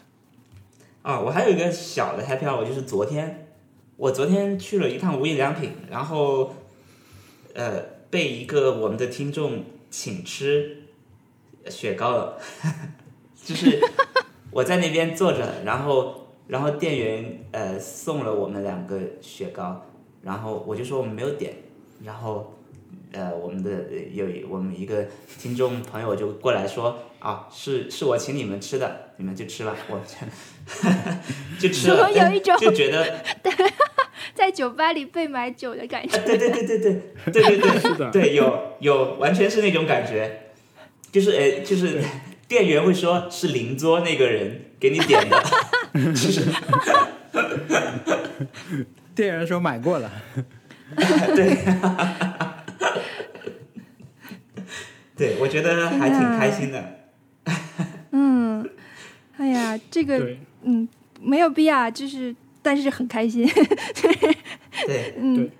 啊，我还有一个小的 happy hour，就是昨天，我昨天去了一趟无印良品，然后，呃，被一个我们的听众请吃雪糕了， 就是我在那边坐着，然后然后店员呃送了我们两个雪糕，然后我就说我们没有点，然后。呃，我们的呃有一我们一个听众朋友就过来说啊，是是我请你们吃的，你们就吃吧，我 就吃怎了么，有一种就觉得在酒吧里被买酒的感 啊，对觉。对对对对对对 对，是啊的对，有有，完全是那种感觉，就是呃，就是 店员会说是邻桌那个人给你点的， 店员说买过了，对我觉得还挺啊开心的。嗯，哎呀，这个对嗯没有必要，就是但是很开心。对嗯对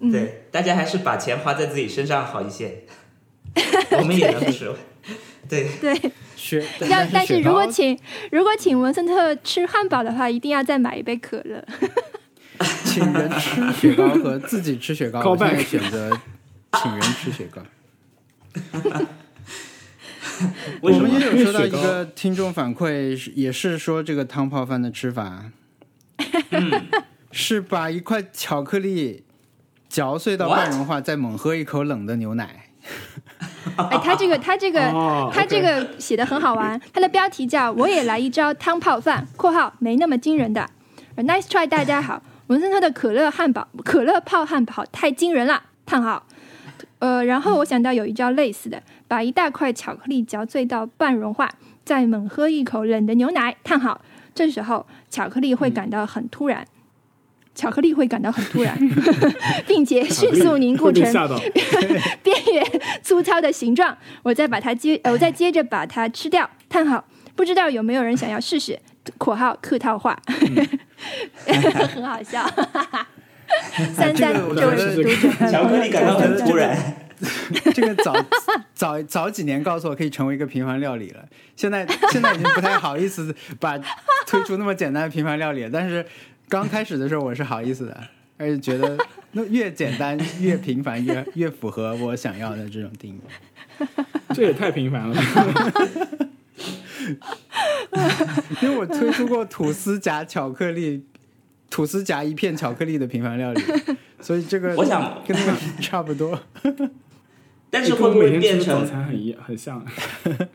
嗯，对，大家还是把钱花在自己身上好 一些，我们也能不吃。对对，雪。但但是雪如糕果请如果请文森特吃汉堡的话，一定要再买一杯可乐。请人吃雪糕和自己吃雪糕， Call 我现在 back 选择请人吃雪糕。我为什们么？也有收到一因为雪个听众反馈，是也是说这个汤泡饭的吃法，嗯 是把一块巧克力嚼碎到 What？半融化，再猛喝一口冷的牛 奶。哎，他这个他这个、哦他 OK 这个写的很好玩， 他的标题叫“我也来一招汤泡饭”（括号没那么惊人的）。呃 Nice try，大家好，文森特的可乐汉堡、可乐泡汉堡太惊人了，叹号。呃，然后我想到有一招类似 的，把一大块巧克力嚼碎到半融化，再猛喝一口冷的牛奶，叹号。这时候巧克力会感到很突 然，巧克力会感到很突然，并且迅速凝固会 被成 吓到，边缘粗糙的形状，我再把它 接，呃，我再接着把它吃掉。叹号，不知道有没有人想要试试？（括号客套话） 很好笑。嗯三三这个我这觉得位读者朋友，巧克力感到很突然，这个早早早几年告诉我可以成为一个平凡料理了，现在现在已经不太好意思把推出那么简单的平凡料理了，但是刚开始的时候我是好意思的，而且觉得那越简单越平凡越越符合我想要的这种定义。这也太频繁了。 因为我推出过吐司夹巧克力，吐司夹一片巧克力的平凡料理，所以这个我想跟那个差不多。但是跟会我不会每天变吃的早成餐很一很像，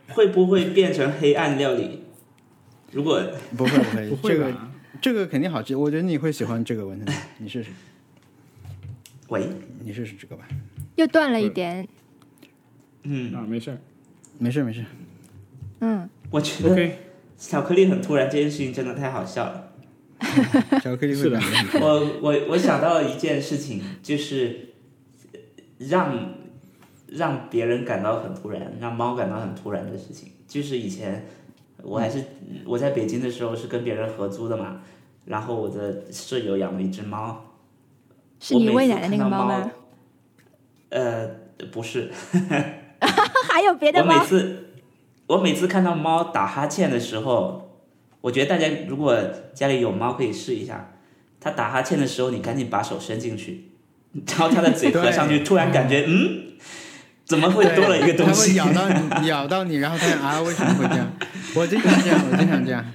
会不会变成黑暗料理？如果不会 不会，不这会个吧？这个肯定好吃，我觉得你会喜欢这个文森特，你试试，喂，你试试这个吧。又断了一点。嗯，啊，没事儿没事没事，嗯，我觉得，OK，巧克力很突然这件事情真的太好笑了。巧克力会是的感觉很 我我我想到一件事情，就是让让别人感到很突然，让猫感到很突然的事情。就是以前我还是我在北京的时候是跟别人合租的嘛，然后我的舍友养了一只猫，是你我每喂次奶的那个看到猫猫吗？呃，不是， 还有别的我猫每？次我每次看到猫打哈欠的时候，我觉得大家如果家里有猫可以试一下，它打哈欠的时候，你赶紧把手伸进去，然后它的嘴合上去，突然感觉嗯，怎么会多了一个东西它？会咬到你，咬到你，然后发现啊，为什么会这样？我经常这样，我经常这样，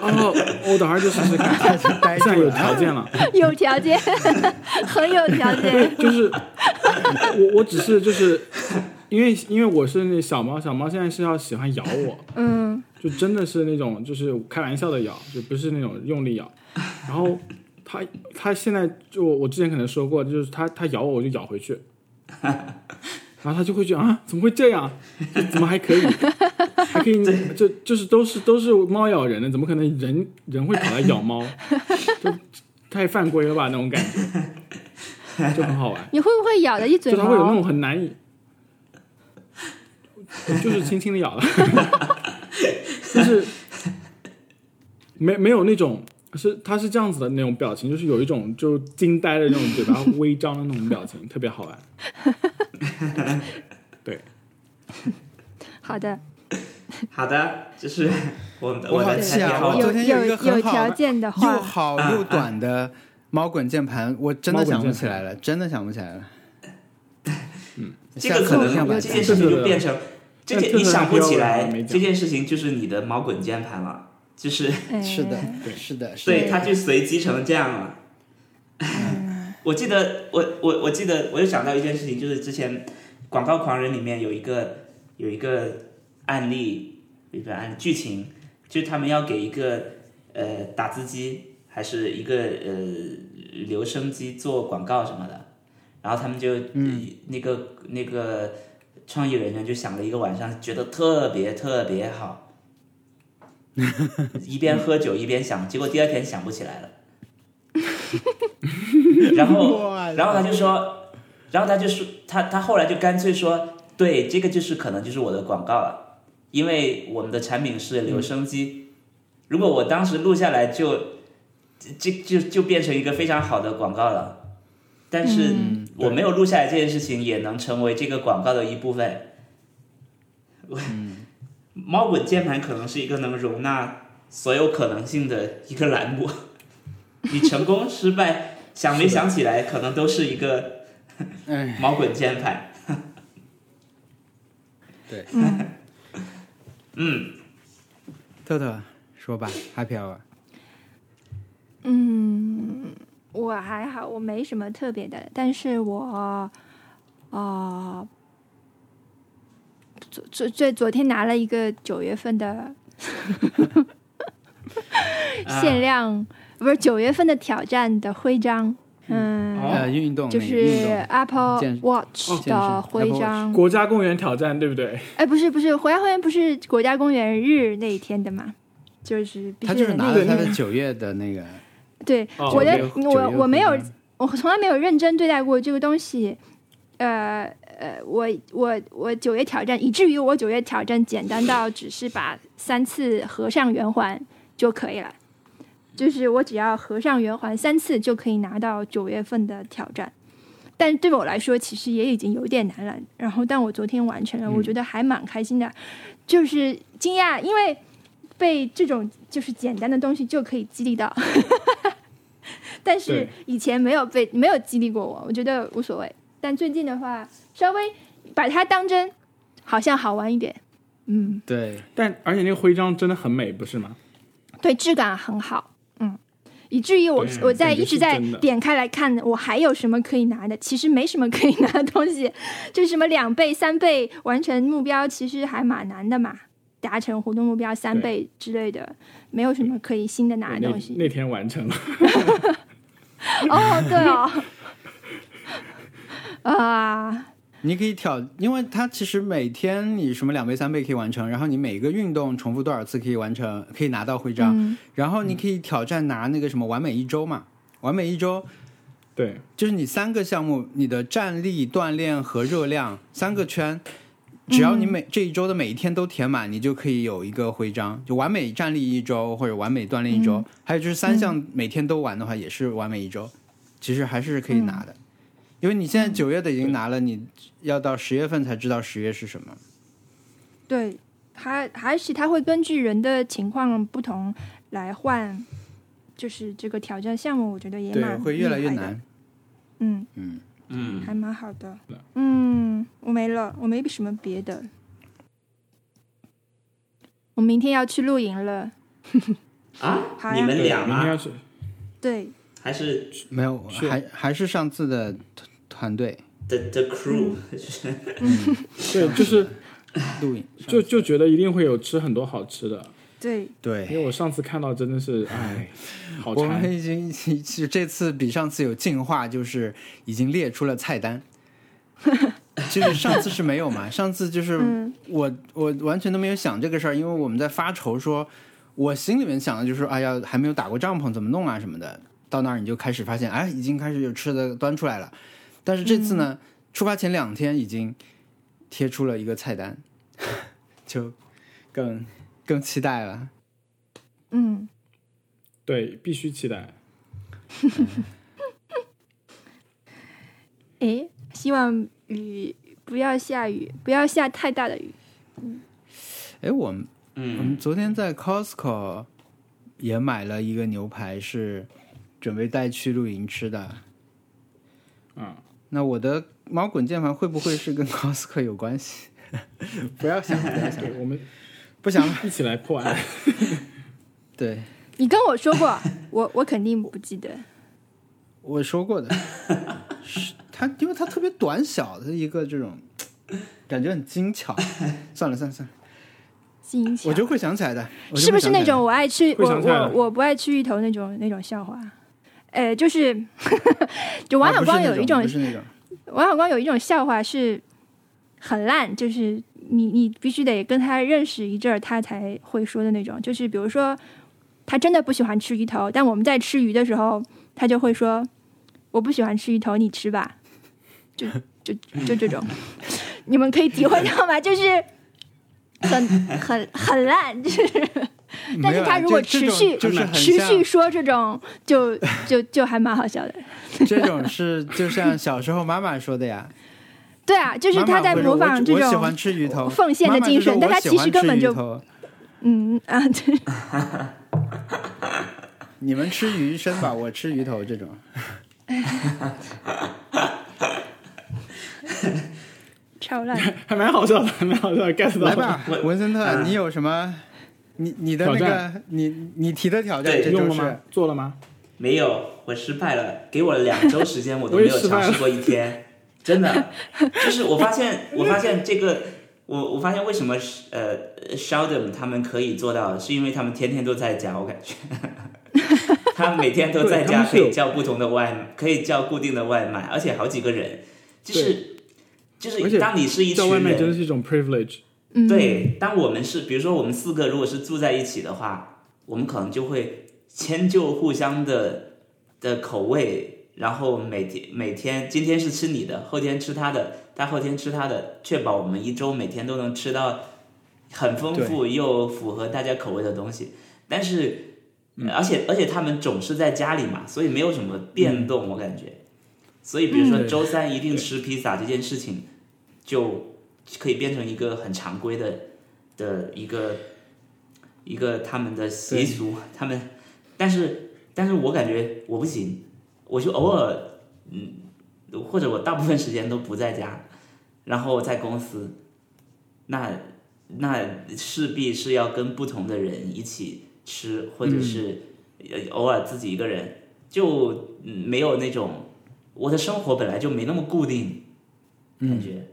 哦，我等会儿就试试看，它 就呆现在住有了。条件了。有条件， 很有条 件。就是我我只是就是因为因为我是那小猫，小猫现在是要喜欢咬我，嗯，就真的是那种就是开玩笑的咬，就不是那种用力咬。然后它它现在就我之前可能说过，就是它它咬我我就咬回去，然后它就会觉得啊怎么会这样，就怎么还可以，还可以就就是都是都是猫咬人的，怎么可能人人会跑来咬猫？ 就太犯规了吧那种感觉，就很好玩。你会不会咬的一嘴就它会有那毛？种很难以，就是轻轻的咬了， 就是没没有那种是它是这样子的那种表情，就是有一种就惊呆的那种嘴巴微张的那种表情，特别好玩。对，好的， 好的，这是我们的我我好的气菜啊！单我号有昨天有一个有很有好条件的话又好又短的猫滚键盘，我真的想不起来了，真的想不起来了。嗯， 这个可下次我能把它这件事情就变成这件你想不起来这个没，讲这件事情就是你的毛滚键盘了，就是 哎是的，是的，是对，的。它就随机成这样了。嗯 我记得，我我我记得，我又想到一件事情，就是之前《广告狂人》里面有一个有一个案例，有一个案剧情，就是他们要给一个呃打字机还是一个呃留声机做广告什么的，然后他们就、嗯、那个那个创意人员就想了一个晚上，觉得特别特别好，一边喝酒一边想，结果第二天想不起来了。然后，哇然后他就说，然后他就说，他他后来就干脆说，对，这个就是可能就是我的广告了，因为我们的产品是留声机，如果我当时录下来就，就就就变成一个非常好的广告了。但是我没有录下来这件事情，也能成为这个广告的一部分。我 猫滚键盘可能是一个能容纳所有可能性的一个栏目。 你成功失败，想没想起来，可能都是一个哎， 毛滚键盘。对，嗯，特特说吧，Happy Hour。嗯，我还好，我没什么特别的，但是我啊、呃昨昨昨昨天拿了一个九月 份的啊限量，不是九月份的挑战的徽章，嗯，哦呃，运动就那个运是动 Apple 健 Watch 健身的徽 Apple 章。国家公园挑战，对不对？哎，不是不是，国家公园不是国家公园日那一天的嘛？就是必他须就得是那拿一了天他的九月的那个，对，哦我的九月我我没有九月份嗯我从来没有认真对待过这个东西。呃呃，我我我九月挑战，以至于我九月挑战简单到只是把三次合上圆环就可以了，就是我只要合上圆环三次就可以拿到九月份的挑战。但对我来说，其实也已经有点难了。然后，但我昨天完成了，我觉得还蛮开心的，就是惊讶，因为被这种就是简单的东西就可以激励到。 但是对以前没有被没有激励过我，我觉得无所谓。但最近的话，稍微把它当真，好像好玩一点。嗯，对，但而且那个徽章真的很美，不是吗？对，质感很好。嗯，以至于我对我在感觉一直是在真的点开来看，我还有什么可以拿的？其实没什么可以拿的东西， 就是什么两倍、三倍完成目标，其实还蛮难的嘛。达成活动目标三对倍之类的，没有什么可以新的拿的那东西。那天完成了， 哦，对哦， 啊、你可以挑，因为它其实每天你什么两倍三倍可以完成，然后你每个运动重复多少次可以完成，可以拿到徽章，嗯然后你可以挑战拿那个什么完美一周嘛，完美一周对，就是你三个项目，你的站立、锻炼和热量三个圈，只要你每、嗯这一周的每一天都填满，你就可以有一个徽章，就完美站立一周或者完美锻炼一周，嗯还有就是三项每天都玩的话，也是完美一周，其实还是可以拿的，嗯因为你现在九月的已经拿了，你要到十月份才知道十月是什么。对，还还是它会根据人的情况不同来换，就是这个挑战项目，我觉得也对，蛮会越来越厉害的。难。嗯，嗯，嗯，还蛮好的对。嗯，我没了，我没什么别的。我明天要去露 营了，啊好，呀你们对俩明天要吗？去对，还是没有，是还还是上次的团团队 the the crew？对，就是录影，就就觉得一定会有吃很多好吃的，对，对因。为我上次看到真的是，哎，好我馋们，已经就这次比上次有进化，就是已经列出了菜单。就是上次是没有嘛，上次就是嗯我我完全都没有想这个事儿，因为我们在发愁说，我心里面想的就是哎呀还没有打过帐篷怎么弄啊什么的，到那儿你就开始发现哎已经开始有吃的端出来了，但是这次呢，出发前两天已经贴出了一个菜单， 就更更期待了。嗯，对，必须期待。诶，希望雨不要下雨，不要下太大的雨。哎，我们我嗯们昨天在 Costco 也买了一个牛排，是准备带去露营吃的。嗯，那我的猫滚键盘会不会是跟 Costco 有关系？ 不要想，不 要想，对，我们不想了。一起来破案。对，你跟我说 过，我我肯定不记得。我说过的，是它，因为它特别短小的一个这种，感觉很精 巧。算了算了算了，金巧我就会想起来的。我就是不会是想起那来的哦种我爱吃会我想起来我了我不爱吃芋头那种那种笑话？呃，就是 就王啊小不是光那有一种，种不是那种，王小光有一种笑话是很烂，就是你你必须得跟他认识一阵儿，他才会说的那种。就是比如说，他真的不喜欢吃鱼头，但我们在吃鱼的时候，他就会说：“我不喜欢吃鱼头，你吃吧。就”就就这种，你们可以体会到吗？就是很很很烂，就是。但没有啊是他如果这这持种续、就是很持续像说这种，就就就还蛮好笑的。这种是就像小时候妈妈说的呀，对啊，就是妈妈他在会模说仿这我我喜种欢吃鱼头，奉献的精神妈妈但她就说我其实根本就喜欢吃鱼头嗯啊， 对，你们吃鱼身吧，我吃鱼头这种。超烂。 还蛮好笑的，还蛮好笑的，get 到了哎来 吧，文森特，你有什么？你你的那挑个你你提的挑战，对这就用了是吗？做了吗？没有，我失败了，给我两周时间，我都我没也有失败尝了试过一天， 真的，就是我发现， 我发现这个，我我发现为什么呃，Sheldon 他们可以做到，是因为他们天天都在家，我感 觉，他每天都在对他家们可是有以叫不同的外卖，可以叫固定的外卖，而且好几个人，就是就而且是当你是一叫群外人，卖真的是一种 privilege。嗯，，对，当我们是比如说我们四个如果是住在一起的话，我们可能就会迁就互相的的口味，然后每天每天今天是吃你的，后天吃他的，大后天吃他的，确保我们一周每天都能吃到很丰富又符合大家口味的东西。但是，而且而且他们总是在家里嘛，所以没有什么变动，我感觉。所以，比如说嗯周三一定吃披萨这件事情，就可以变成一个很常规的的一个一个他们的习俗，他们，但是但是我感觉我不行，我就偶尔，嗯，或者我大部分时间都不在家，然后在公司，那那势必是要跟不同的人一起吃，或者是呃偶尔自己一个人，就嗯没有那种我的生活本来就没那么固定，感觉、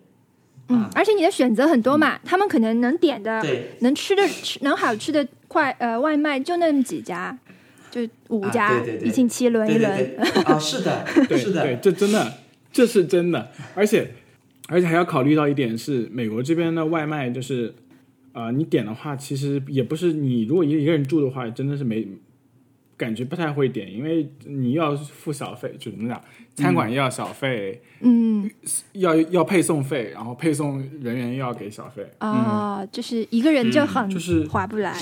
啊嗯，而且你的选择很多嘛，他们可能能点的、对能吃的、吃能好吃的快呃外卖就那么几家，就五啊家，对对对一星期轮一对轮。哦对对啊，是的，对是的对，，这真的，这是真的，而且而且还要考虑到一点是，美国这边的外卖就是，啊、你点的话，其实也不是你如果一一个人住的话，真的是没感觉不太会点，因为你又要付小费，就怎么讲，嗯餐馆又要小费，嗯要要配送费，然后配送人员又要给小费，啊、嗯就是一个人嗯就很就是划不来。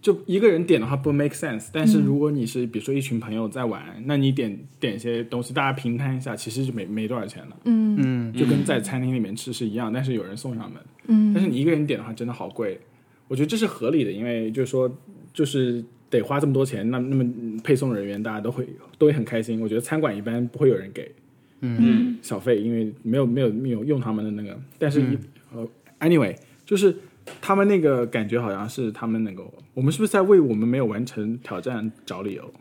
就一个人点的话不 make sense，但是如果你是比如说一群朋友在玩，那你点点一些东西，大家平摊一下，其实就没没多少钱了。嗯嗯，就跟在餐厅里面吃是一样，但是有人送上门。但嗯，是你一个人点的话，真的好贵。我觉得这是合理的，因为就是说，就是得花这么多钱，那那么嗯配送人员大家都会都会很开心。我觉得餐馆一般不会有人给嗯小费，因为没有没有没有用他们的那个。但是、嗯呃，anyway，就是他们那个感觉好像是他们能够，我们是不是在为我们没有完成挑战找理由？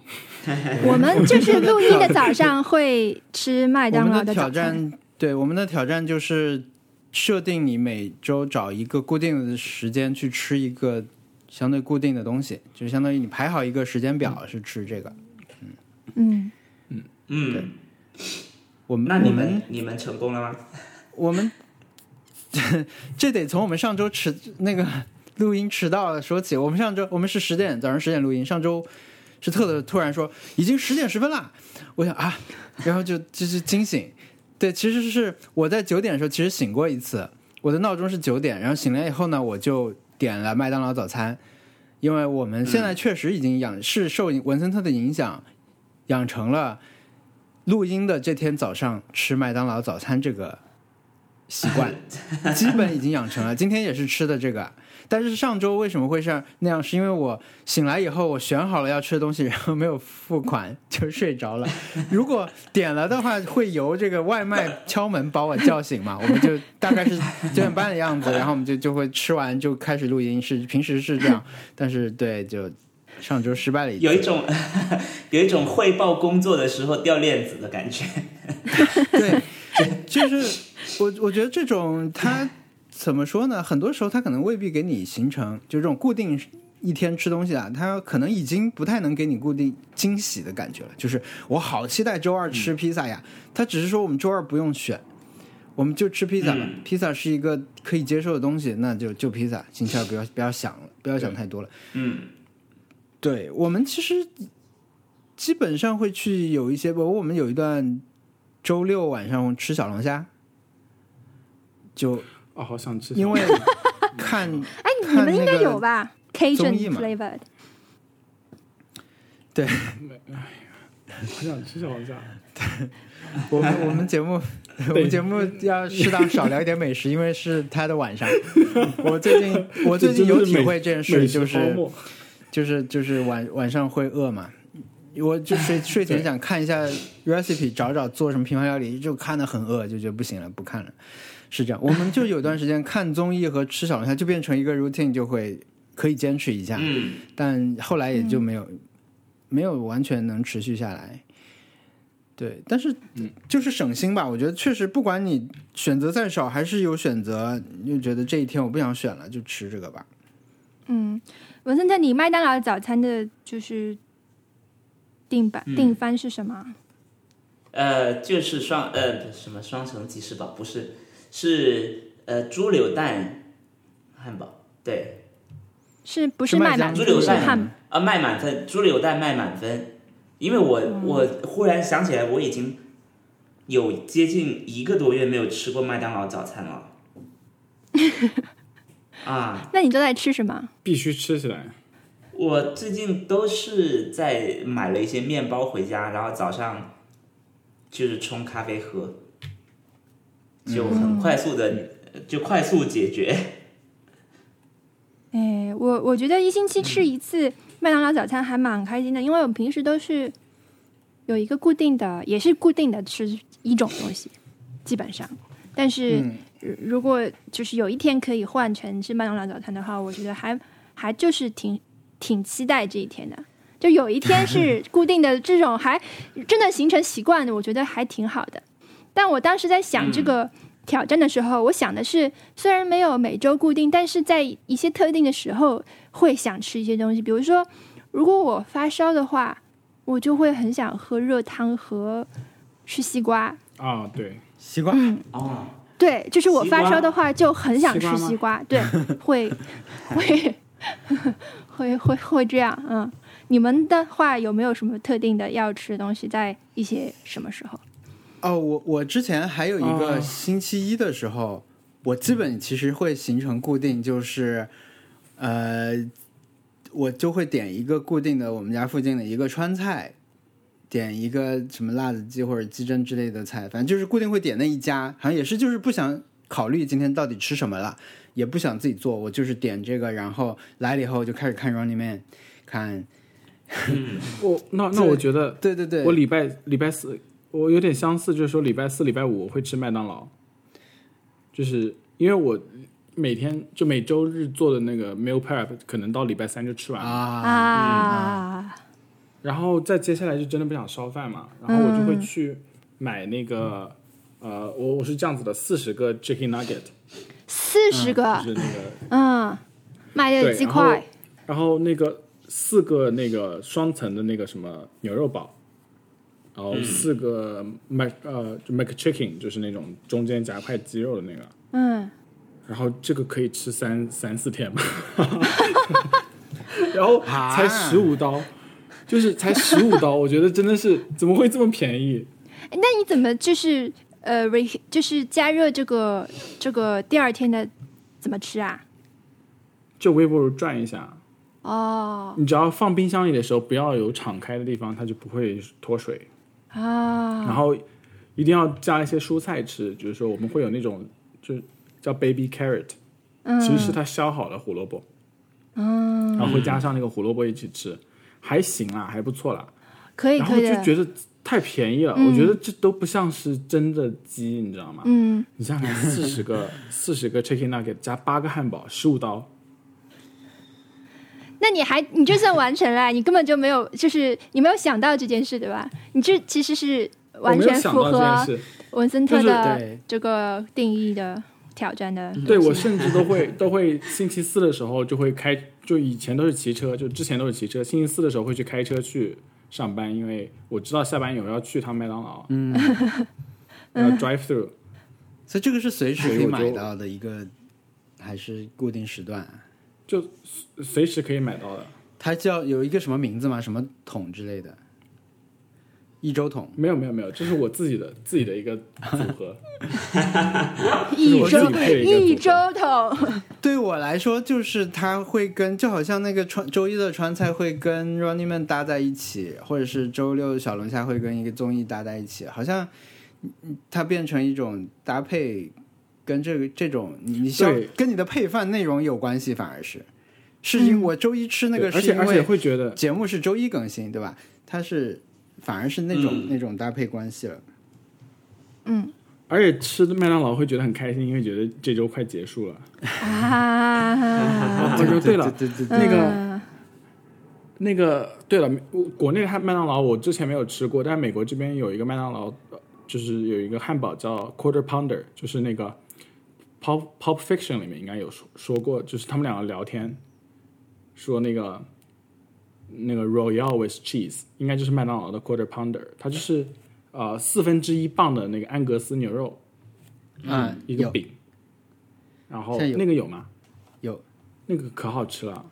嗯 我们就是录音的早上会吃麦我当劳们的早挑餐。战，对我们的挑战就是设定你每周找一个固定的时间去吃一个相对固定的东西，就相当于你排好一个时间表是吃这个。嗯，嗯。我们那你我们你们成功了吗？我们 这得从我们上周迟那个录音迟到了说起。我们上周我们是十点早上十点录音，上周是特特突然说已经十点十分啦，我想啊，然后就就是惊醒。对，其实是我在九点的时候其实醒过一次，我的闹钟是九点，然后醒来以后呢，我就点了麦当劳早餐，因为我们现在确实已经养、是受文森特的影响，养成了录音的这天早上吃麦当劳早餐这个习惯，基本已经养成了。今天也是吃的这个，但是上周为什么会是那样？是因为我醒来以后，我选好了要吃的东西，然后没有付款 就睡着了。如果点了的话，会由这个外卖敲门把我叫醒嘛？我们就大概是九点半的样子，然后我们就就会吃完就开始录音，是平时是这样，但是对，就上周失败了一有次。一种 有一种汇报工作的时候掉链子的感觉。 对，就是我我觉得这种它怎么说呢？很多时候它可能未必给你形成就这种固定一天吃东西啊，它可能已经不太能给你固定惊喜的感觉了。就是我好期待周二吃披萨呀，它只是说我们周二不用选。我们就吃披萨吧，披萨是一个可以接受的东西，那就就披萨。星期二不要不要想了，不要想太多了。嗯，对我们其实基本上会去有一些，我我们有一段周六晚上吃小龙虾，就哦，好想吃 小因龙虾。为 看哎，你看们应该那个有吧综？Cajun 艺嘛 flavored，好想吃小龙虾。我们我们节目，我们节目要适当少聊一点美食，因为是他的晚 上。我最近我最近有体会这件事，美食就荒是漠就是就是晚晚上会饿嘛，我就睡睡前想看一下 recipe，找找做什么平凡料理，就看的很饿，就觉得不行了，不看了。是这样，我们就有段时间看综艺和吃小龙虾就变成一个 routine，就会可以坚持一下，嗯，但后来也就没有、没有完全能持续下来。对，但是就是省心吧，我觉得确实不管你选择再少，还是有选择，你就觉得这一天我不想选了，就吃这个吧。嗯，文森特，你麦当劳早餐的就是定嗯版、定番是什么？呃，就是双呃什么双层吉士堡不是是呃猪柳蛋汉堡，对是不是是麦麦香满猪分？柳是蛋汉啊卖满分，猪柳蛋卖满分，因为我嗯我忽然想起来我已经有接近一个多月没有吃过麦当劳早餐了，啊，那你都在吃什么？必须吃起来。我最近都是在买了一些面包回家，然后早上就是冲咖啡喝，就很快速的、就快速解决。 哎，我我觉得一星期吃一次麦当劳早餐还蛮开心的，因为我平时都是有一个固定的，也是固定的吃一种东西，基本上。但是、如如果就是有一天可以换成吃麦当劳早餐的话，我觉得还还就是挺挺期待这一天的。就有一天是固定的这种，还真的形成习惯的，我觉得还挺好的。但我当时在想这个挑战的时候，我想的是，虽然没有每周固定，但是在一些特定的时候会想吃一些东西，比如说，如果我发烧的话，我就会很想喝热汤和吃西瓜。啊，对，西瓜，哦，对，就是我西瓜发烧的话，就很想吃西西 瓜。对，会会会会会这样。嗯，你们的话有没有什么特定的要吃的东西，在一些什么时候？哦，我我之前还有一个哦星期一的时候，我基本其实会形成固定，就是呃，我就会点一个固定的我们家附近的一个川菜，点一个什么辣子鸡或者鸡胗之类的菜，反正就是固定会点那一家，好像也是就是不想考虑今天到底吃什么了，也不想自己做，我就是点这个，然后来了以后就开始看 Running Man，看我那那这我觉得对对对，我礼拜礼拜四，我有点相似，就是说礼拜四、礼拜五我会吃麦当劳，就是因为我每天就每周日做的那个 meal prep，可能到礼拜三就吃完了，啊啊，然后再接下来就真的不想烧饭嘛，然后我就嗯会去买那个，呃，我我是这样子的，四十个 chicken nugget，四十个，就是那个，嗯，卖的对鸡然后块，然后那个四个那个双层的那个什么牛肉堡。然后四个 mac 呃就 mac chicken 就是那种中间夹块鸡肉的那个，嗯，然后这个可以吃三三四天吧，然后才啊十五刀，就是才十五刀，我觉得真的是怎么会这么便宜？那你怎么就是呃 re 就是加热这个这个第二天的怎么吃啊？就微波炉转一下，哦你只要放冰箱里的时候不要有敞开的地方，它就不会脱水。然啊，后一定要加一些蔬菜吃，就是说我们会有那种就是叫 baby carrot，、其嗯实是它削好的胡萝卜，嗯，然后会加上那个胡萝卜一起吃，还行啦，还不错啦。可以然后可以嗯就的，觉得太便宜了，我觉得这都不像是真的鸡，你知道吗？嗯，你想想看，四十个四十个 chicken nugget 加八个汉堡，十五刀，那你还你就算完成了，你根本就没有，就是你没有想到这件事，对吧？你这其实是我完没有全想符到这件合事。文森特就是的对这个定义的挑战的。嗯嗯对我甚至都 会都会星期四的时候就会开，就以前都是骑车，就之前都是骑车，星期四的时候会去开车去上班，因为我知道下班以后要去趟麦当劳，嗯， 要 drive through，所以这个是随时可所以以我就买到的一个，还是固定时段啊？就随随时可以买到的，它叫有一个什么名字吗？什么桶之类的？一周桶。没有没有没有，这是我自己的自己的一个组合，一我周自己配了一个一组周桶，对我来说，就是它会跟就好像那个川周一的川菜会跟 Running Man 搭在一起，或者是周六小龙虾会跟一个综艺搭在一起，好像嗯嗯它变成一种搭配，跟这个这种你你像对跟你的配饭内容有关系，反而是是因为我周一吃那个嗯对 而是且因而且为会觉得节目是周一更新，对吧？它是反而是那种、嗯那种搭配关系了。而且吃麦当劳会觉得很开心，因为觉得这周快结束了。啊，我说对了，对对对那个嗯那个，对了，我国内汉麦当劳我之前没有吃过，但是美国这边有一个麦当劳，呃就是有一个汉堡叫 Quarter Pounder，就是那个 Pop Pop Fiction 里面应该有说说过，就是他们两个聊天，说那个那个 Royal with cheese 应该就是麦当劳的 Quarter Pounder，它就是呃四分之一磅的那个安格斯牛肉嗯，一个有饼，然后现在有那个有吗？有那个可好吃了，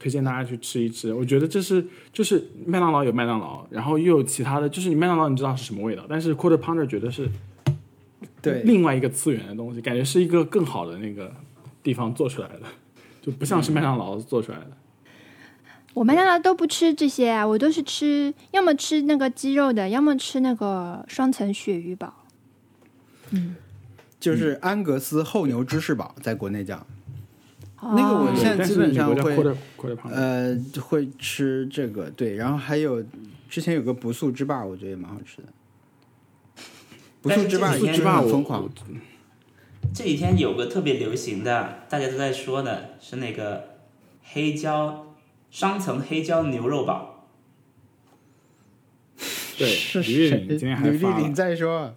推荐大家去吃一吃。我觉得这是就是麦当劳有麦当劳，然后又有其他的，就是你麦当劳你知道是什么味道，但是 Quarter Pounder 觉得是对另外一个次元的东西，感觉是一个更好的那个地方做出来的，就不像是麦当劳做出来的。 我麦当劳都不吃这些啊，我都是吃要么吃那个鸡肉的，要么吃那个双层鳕鱼堡。就是安格斯厚牛芝士堡，在国内叫。哦那个我对嗯现在但是基本上美国叫会 Quarter Quarter Pounder，呃，会吃这个对，然后还有之前有个不速之霸，我觉得也蛮好吃的。不但速是之霸这哎也几是很天吧，我疯狂我，这几天有个特别流行的，大家都在说呢，是那个黑椒双层黑椒牛肉堡。对是李玉谁玲今天还吕丽发玲了，在说，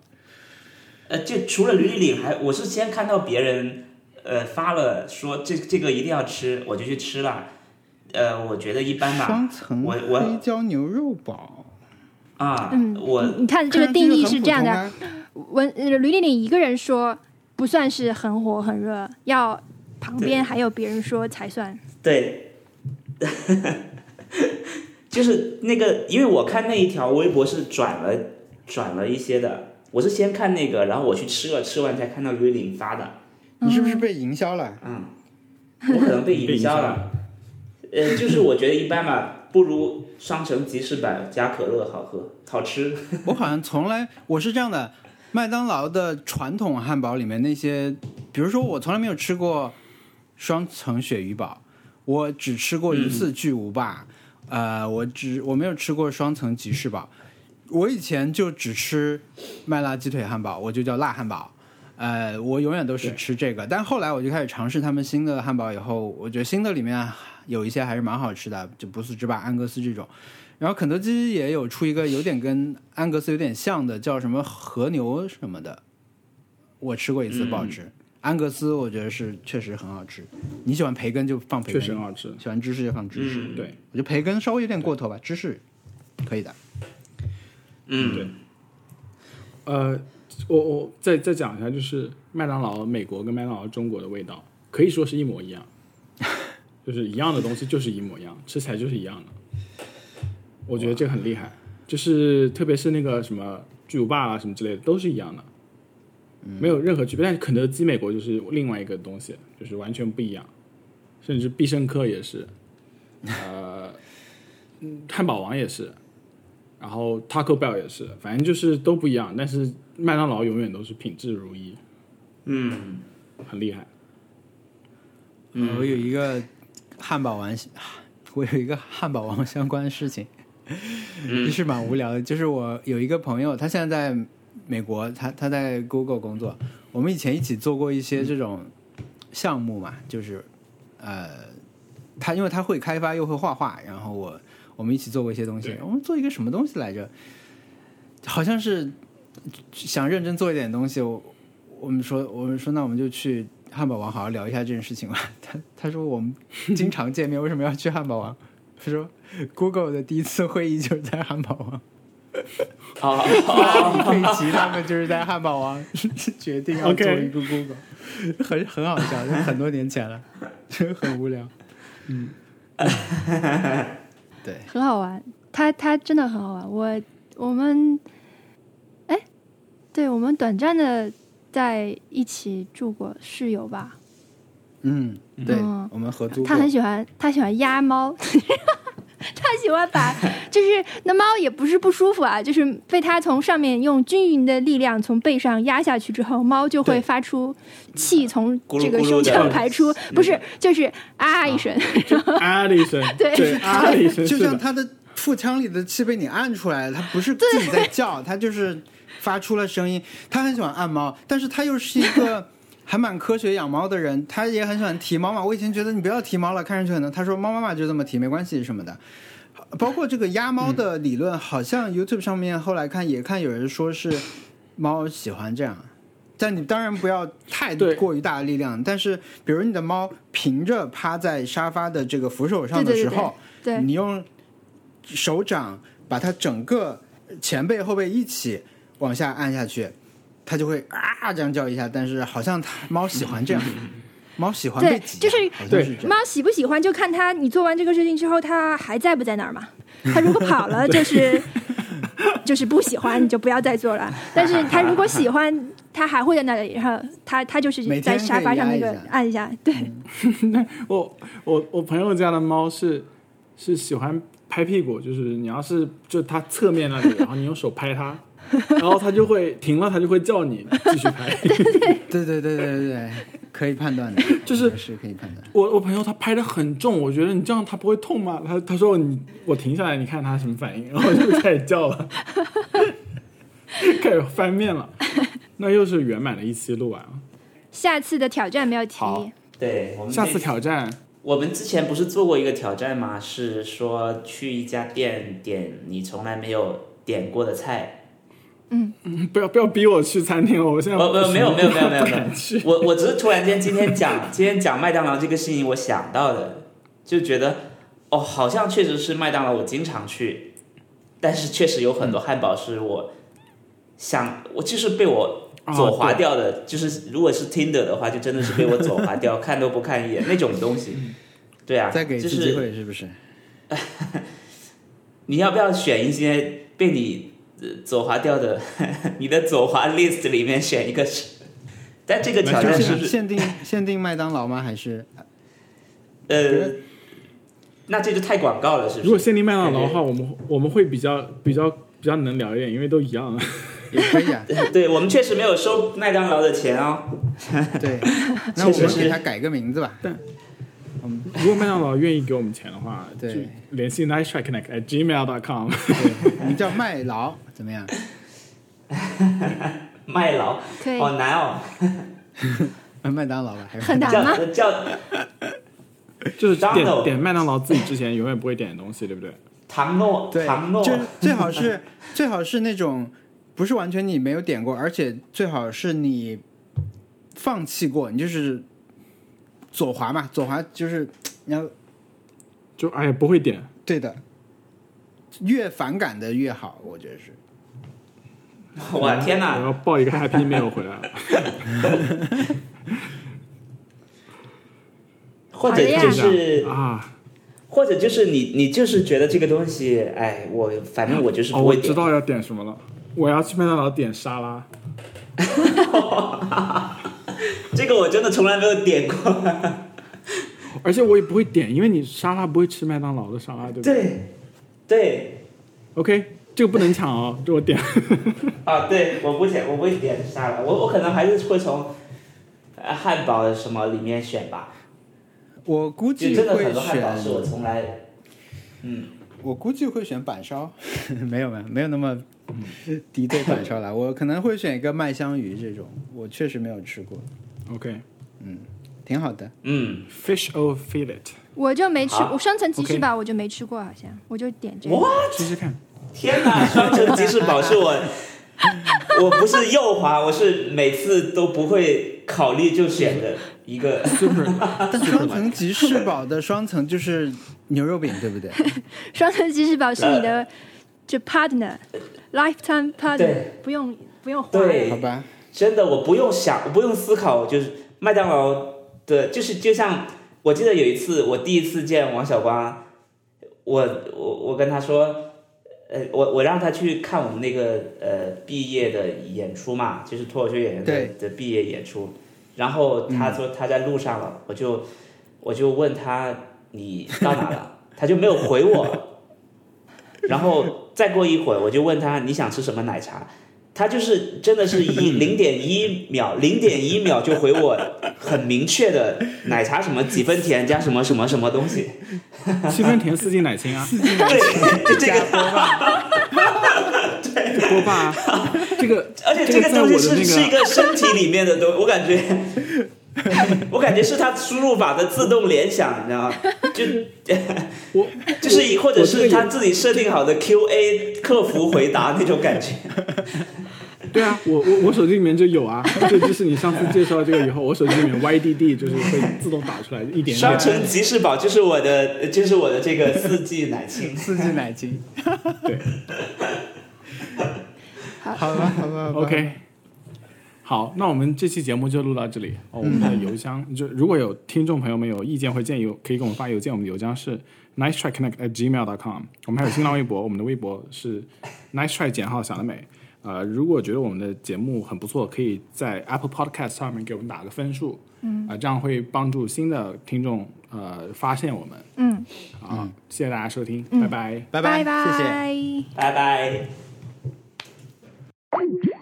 呃，就除了吕丽玲，还我是先看到别人呃发了说这这个一定要吃，我就去吃了。呃，我觉得一般吧。双层我我黑椒牛肉堡。啊，嗯，我你看这个看上去定义很是普这样通的，啊，文呃吕丽玲一个人说不算是很火很热，要旁边还有别人说才算。对， 就是那个，因为我看那一条微博是转了转了一些的，我是先看那个，然后我去吃了，吃完才看到吕玲发的，你是不是被营销了？ 嗯，我可能被营销了，呃，就是我觉得一般吧，不如商城即食版加可乐好喝好吃，我好像从来我是这样的，麦当劳的传统汉堡里面那些，比如说我从来没有吃过双层鳕鱼堡，我只吃过一次巨无霸，呃，我只我没有吃过双层吉士堡，我以前就只吃麦辣鸡腿汉堡，我就叫辣汉堡。呃，我永远都是吃这个，但后来我就开始尝试他们新的汉堡以后，我觉得新的里面有一些还是蛮好吃的，就不速之霸、安格斯这种。然后肯德基也有出一个有点跟安格斯有点像的，叫什么和牛什么的，我吃过一次，不好嗯吃。安格斯我觉得是确实很好吃，你喜欢培根就放培确根，实很好吃。喜欢芝士就放芝士。嗯对，我觉得培根稍微有点过头吧，芝士可以的。对嗯，呃，我我再再讲一下，就是麦当劳美国跟麦当劳中国的味道可以说是一模一样，就是一样的东西就是一模一样，吃起来就是一样的。我觉得这个很厉害，就是特别是那个什么巨无霸啊什么之类的都是一样的，没有任何区别。但是肯德基美国就是另外一个东西，就是完全不一样。甚至必胜客也是，呃，嗯汉堡王也是，然后 Taco Bell 也是，反正就是都不一样。但是麦当劳永远都是品质如一，嗯，很厉害。我有一个汉堡王， 我有一个汉堡王相关的事情，就是蛮无聊的。就是我有一个朋友，他现在在美国，他他在 Google 工作。我们以前一起做过一些这种项目嘛，就是呃，他因为他会开发又会画画，然后我我们一起做过一些东西对。我们做一个什么东西来着？好像是想认真做一点东西，我我们说，我们说，那我们就去汉堡王好好聊一下这件事情吧。 他他说我们经常见面，为什么要去汉堡王？他说 Google 的第一次会议就是在汉堡王，哦，佩奇他们就是在汉堡王决定要 OK 做一个 Google，很很好笑，就很多年前了， 就很无聊。很好玩，它它真的很好玩。我我们，哎，对我们短暂的在一起住过室友吧。嗯，对嗯，我们合租他过，很喜欢，他喜欢压猫， 他喜欢把，就是那猫也不是不舒服啊，就是被他从上面用均匀的力量从背上压下去之后，猫就会对发出气从咕噜这个咕噜胸的嗯腔排出，不是，就是啊一 声，啊的一声， 对对，啊的一声，就是的像他的腹腔里的气被你按出来了，他不是自己在叫，他就是发出了声音。他很喜欢按猫，但是他又是一个 还蛮科学养猫的人，他也很喜欢提猫嘛。我以前觉得你不要提猫了，看上去很能。他说猫妈妈就这么提，没关系什么的。包括这个压猫的理论，好像 YouTube 上面后来看也看有人说是猫喜欢这样。但你当然不要太对过于大的力量，但是比如你的猫平着趴在沙发的这个扶手上的对对时对候，对你用手掌把它整个前背后背一起往下按下去，它就会啊这样叫一下。但是好像它猫喜欢这样，猫喜欢被对，挤压，就是好像对是这样。猫喜不喜欢就看它，你做完这个事情之后，它还在不在那儿嘛？它如果跑了，就是就是不喜欢，你就不要再做了。但是它如果喜欢，它还会在那里，然后它它就是每天在沙发上那个可以压一下按一下，对，我我我朋友家的猫是是喜欢拍屁股，就是你要是就它侧面那里，然后你用手拍它，然后它就会停了，它就会叫你继续拍。对对对对对对，可以判断的，就是我觉得是可以判断。我我朋友他拍的很重，我觉得你这样它不会痛吗？他他说你我停下来，你看它什么反应，然后就开始叫了， 开始翻面了，那又是圆满的一期录完了。下次的挑战没有提，好 对，我们下这次挑战我们之前不是做过一个挑战吗？是说去一家店点你从来没有点过的菜。不要不要逼我去餐厅了，我现在我我呃没有没有没有没有不没有敢去，我我只是突然间今天讲今天讲麦当劳这个事情，我想到的，就觉得哦，好像确实是麦当劳，我经常去，但是确实有很多汉堡是我想我就是被我哦啊左滑对掉的，就是如果是 Tinder 的话，就真的是被我左滑 掉，看都不看一眼那种东西。对啊，嗯再给一就次是机会，是不是？你要不要选一些被你呃左滑掉的， 你的左滑 list 里面选一个 是？但这个挑就战是不是是限定限定麦当劳吗？还是呃？那这就太广告了，是如不果是？限定麦当劳的对话，我们我们会比较比较比较能聊一点，因为都一样。也可以啊？ 对我们确实没有收麦当劳的钱哦。对，那我确实们是给它改个名字吧。如果麦当劳愿意给我们钱的话，对就联系 nice track connect at gmail.com。对，你叫麦劳怎么样？麦劳，可以好难哦，麦当劳吧，还是很难吗？叫叫 就是点 Donald 点麦当劳自己之前永远不会点的东西，对不对？唐诺，对唐，诺就，是最 好是最好是那种不是完全你没有点过，而且最好是你放弃过，你就是左滑嘛，左滑就是你要就哎呀不会点，对的，越反感的越好，我觉得是。哇天我哪！要抱一个 happy meal 回来了。或好者的呀就这样是，啊，或者就是你，你就是觉得这个东西，哎，我反正我就是哦，不我会点知。道要点什么了，我要去麦当劳点沙拉。这个我真的从来没有点过。而且我也不会点，因为你沙拉不会吃麦当劳的沙拉，对不对对，对？OK，这个不能抢哦，这我点。啊，对，我不点，我不会点沙拉，我我可能还是会从呃汉堡什么里面选吧。我估就计真的很会多汉堡是我选，从来，嗯，我估计会选板烧， 没有没有没有那么嗯 敌对板烧了，我可能会选一个麦香鱼这种，我确实没有吃过， OK，fish、挺好的。嗯 or fillet，我就没吃，好我双层吉士 OK 堡我就没吃过，好像我就点这个。哇， 试试看。天哪，双层吉士堡是我，我不是右滑，我是每次都不会考虑就选的一个。 Super，啊但双层 吉士堡的双层就是牛肉饼，对不对？双层吉士堡是你的就 partner lifetime partner，对不用不用还。对好吧，真的，我不用想，我不用思考，就是麦当劳的，就是就像我记得有一次，我第一次见王小光，我我我跟他说，呃，我我让他去看我们那个呃毕业的演出嘛，就是脱口秀演员的对的毕业演出，然后他说他在路上了，我就我就问他你到哪了， 他就没有回我，然后再过一会儿我就问他你想吃什么奶茶。他就是真的是 一零点一秒，零点一秒就回我很明确的奶茶什么几分甜加什么什么什么东 西，七分甜，四斤奶清啊，对，就这个，锅巴啊。 这个而且这这个个在东我西的是、是一那个个身体里面的东，我感 觉，我感觉是他输入法的自动联想，你知道吗？就我就是或者我这个是也他自己设定好的 QA 客服回答那种感觉。对啊，我我我手机里面就有啊，这就是你上次介绍这个以后，我手机里面 YDD 就是会自动打出来一点双点。城吉士堡就是我的，就是我的这个四季奶青。四季奶精。对好吧，好吧好吧，OK。好，那我们这期节目就录到这里。哦，我们的邮箱、 就如果有听众朋友们有意见或建议，可以给我们发邮件。我们的邮箱是 nice try connect at gmail dot com。我们还有新浪微博，我们的微博是 nice try 减号想得美。呃，如果觉得我们的节目很不错，可以在 Apple Podcast 上面给我们打个分数，嗯，啊、这样会帮助新的听众呃发现我们。嗯，啊，谢谢大家收听，拜拜。拜拜谢谢。拜拜拜。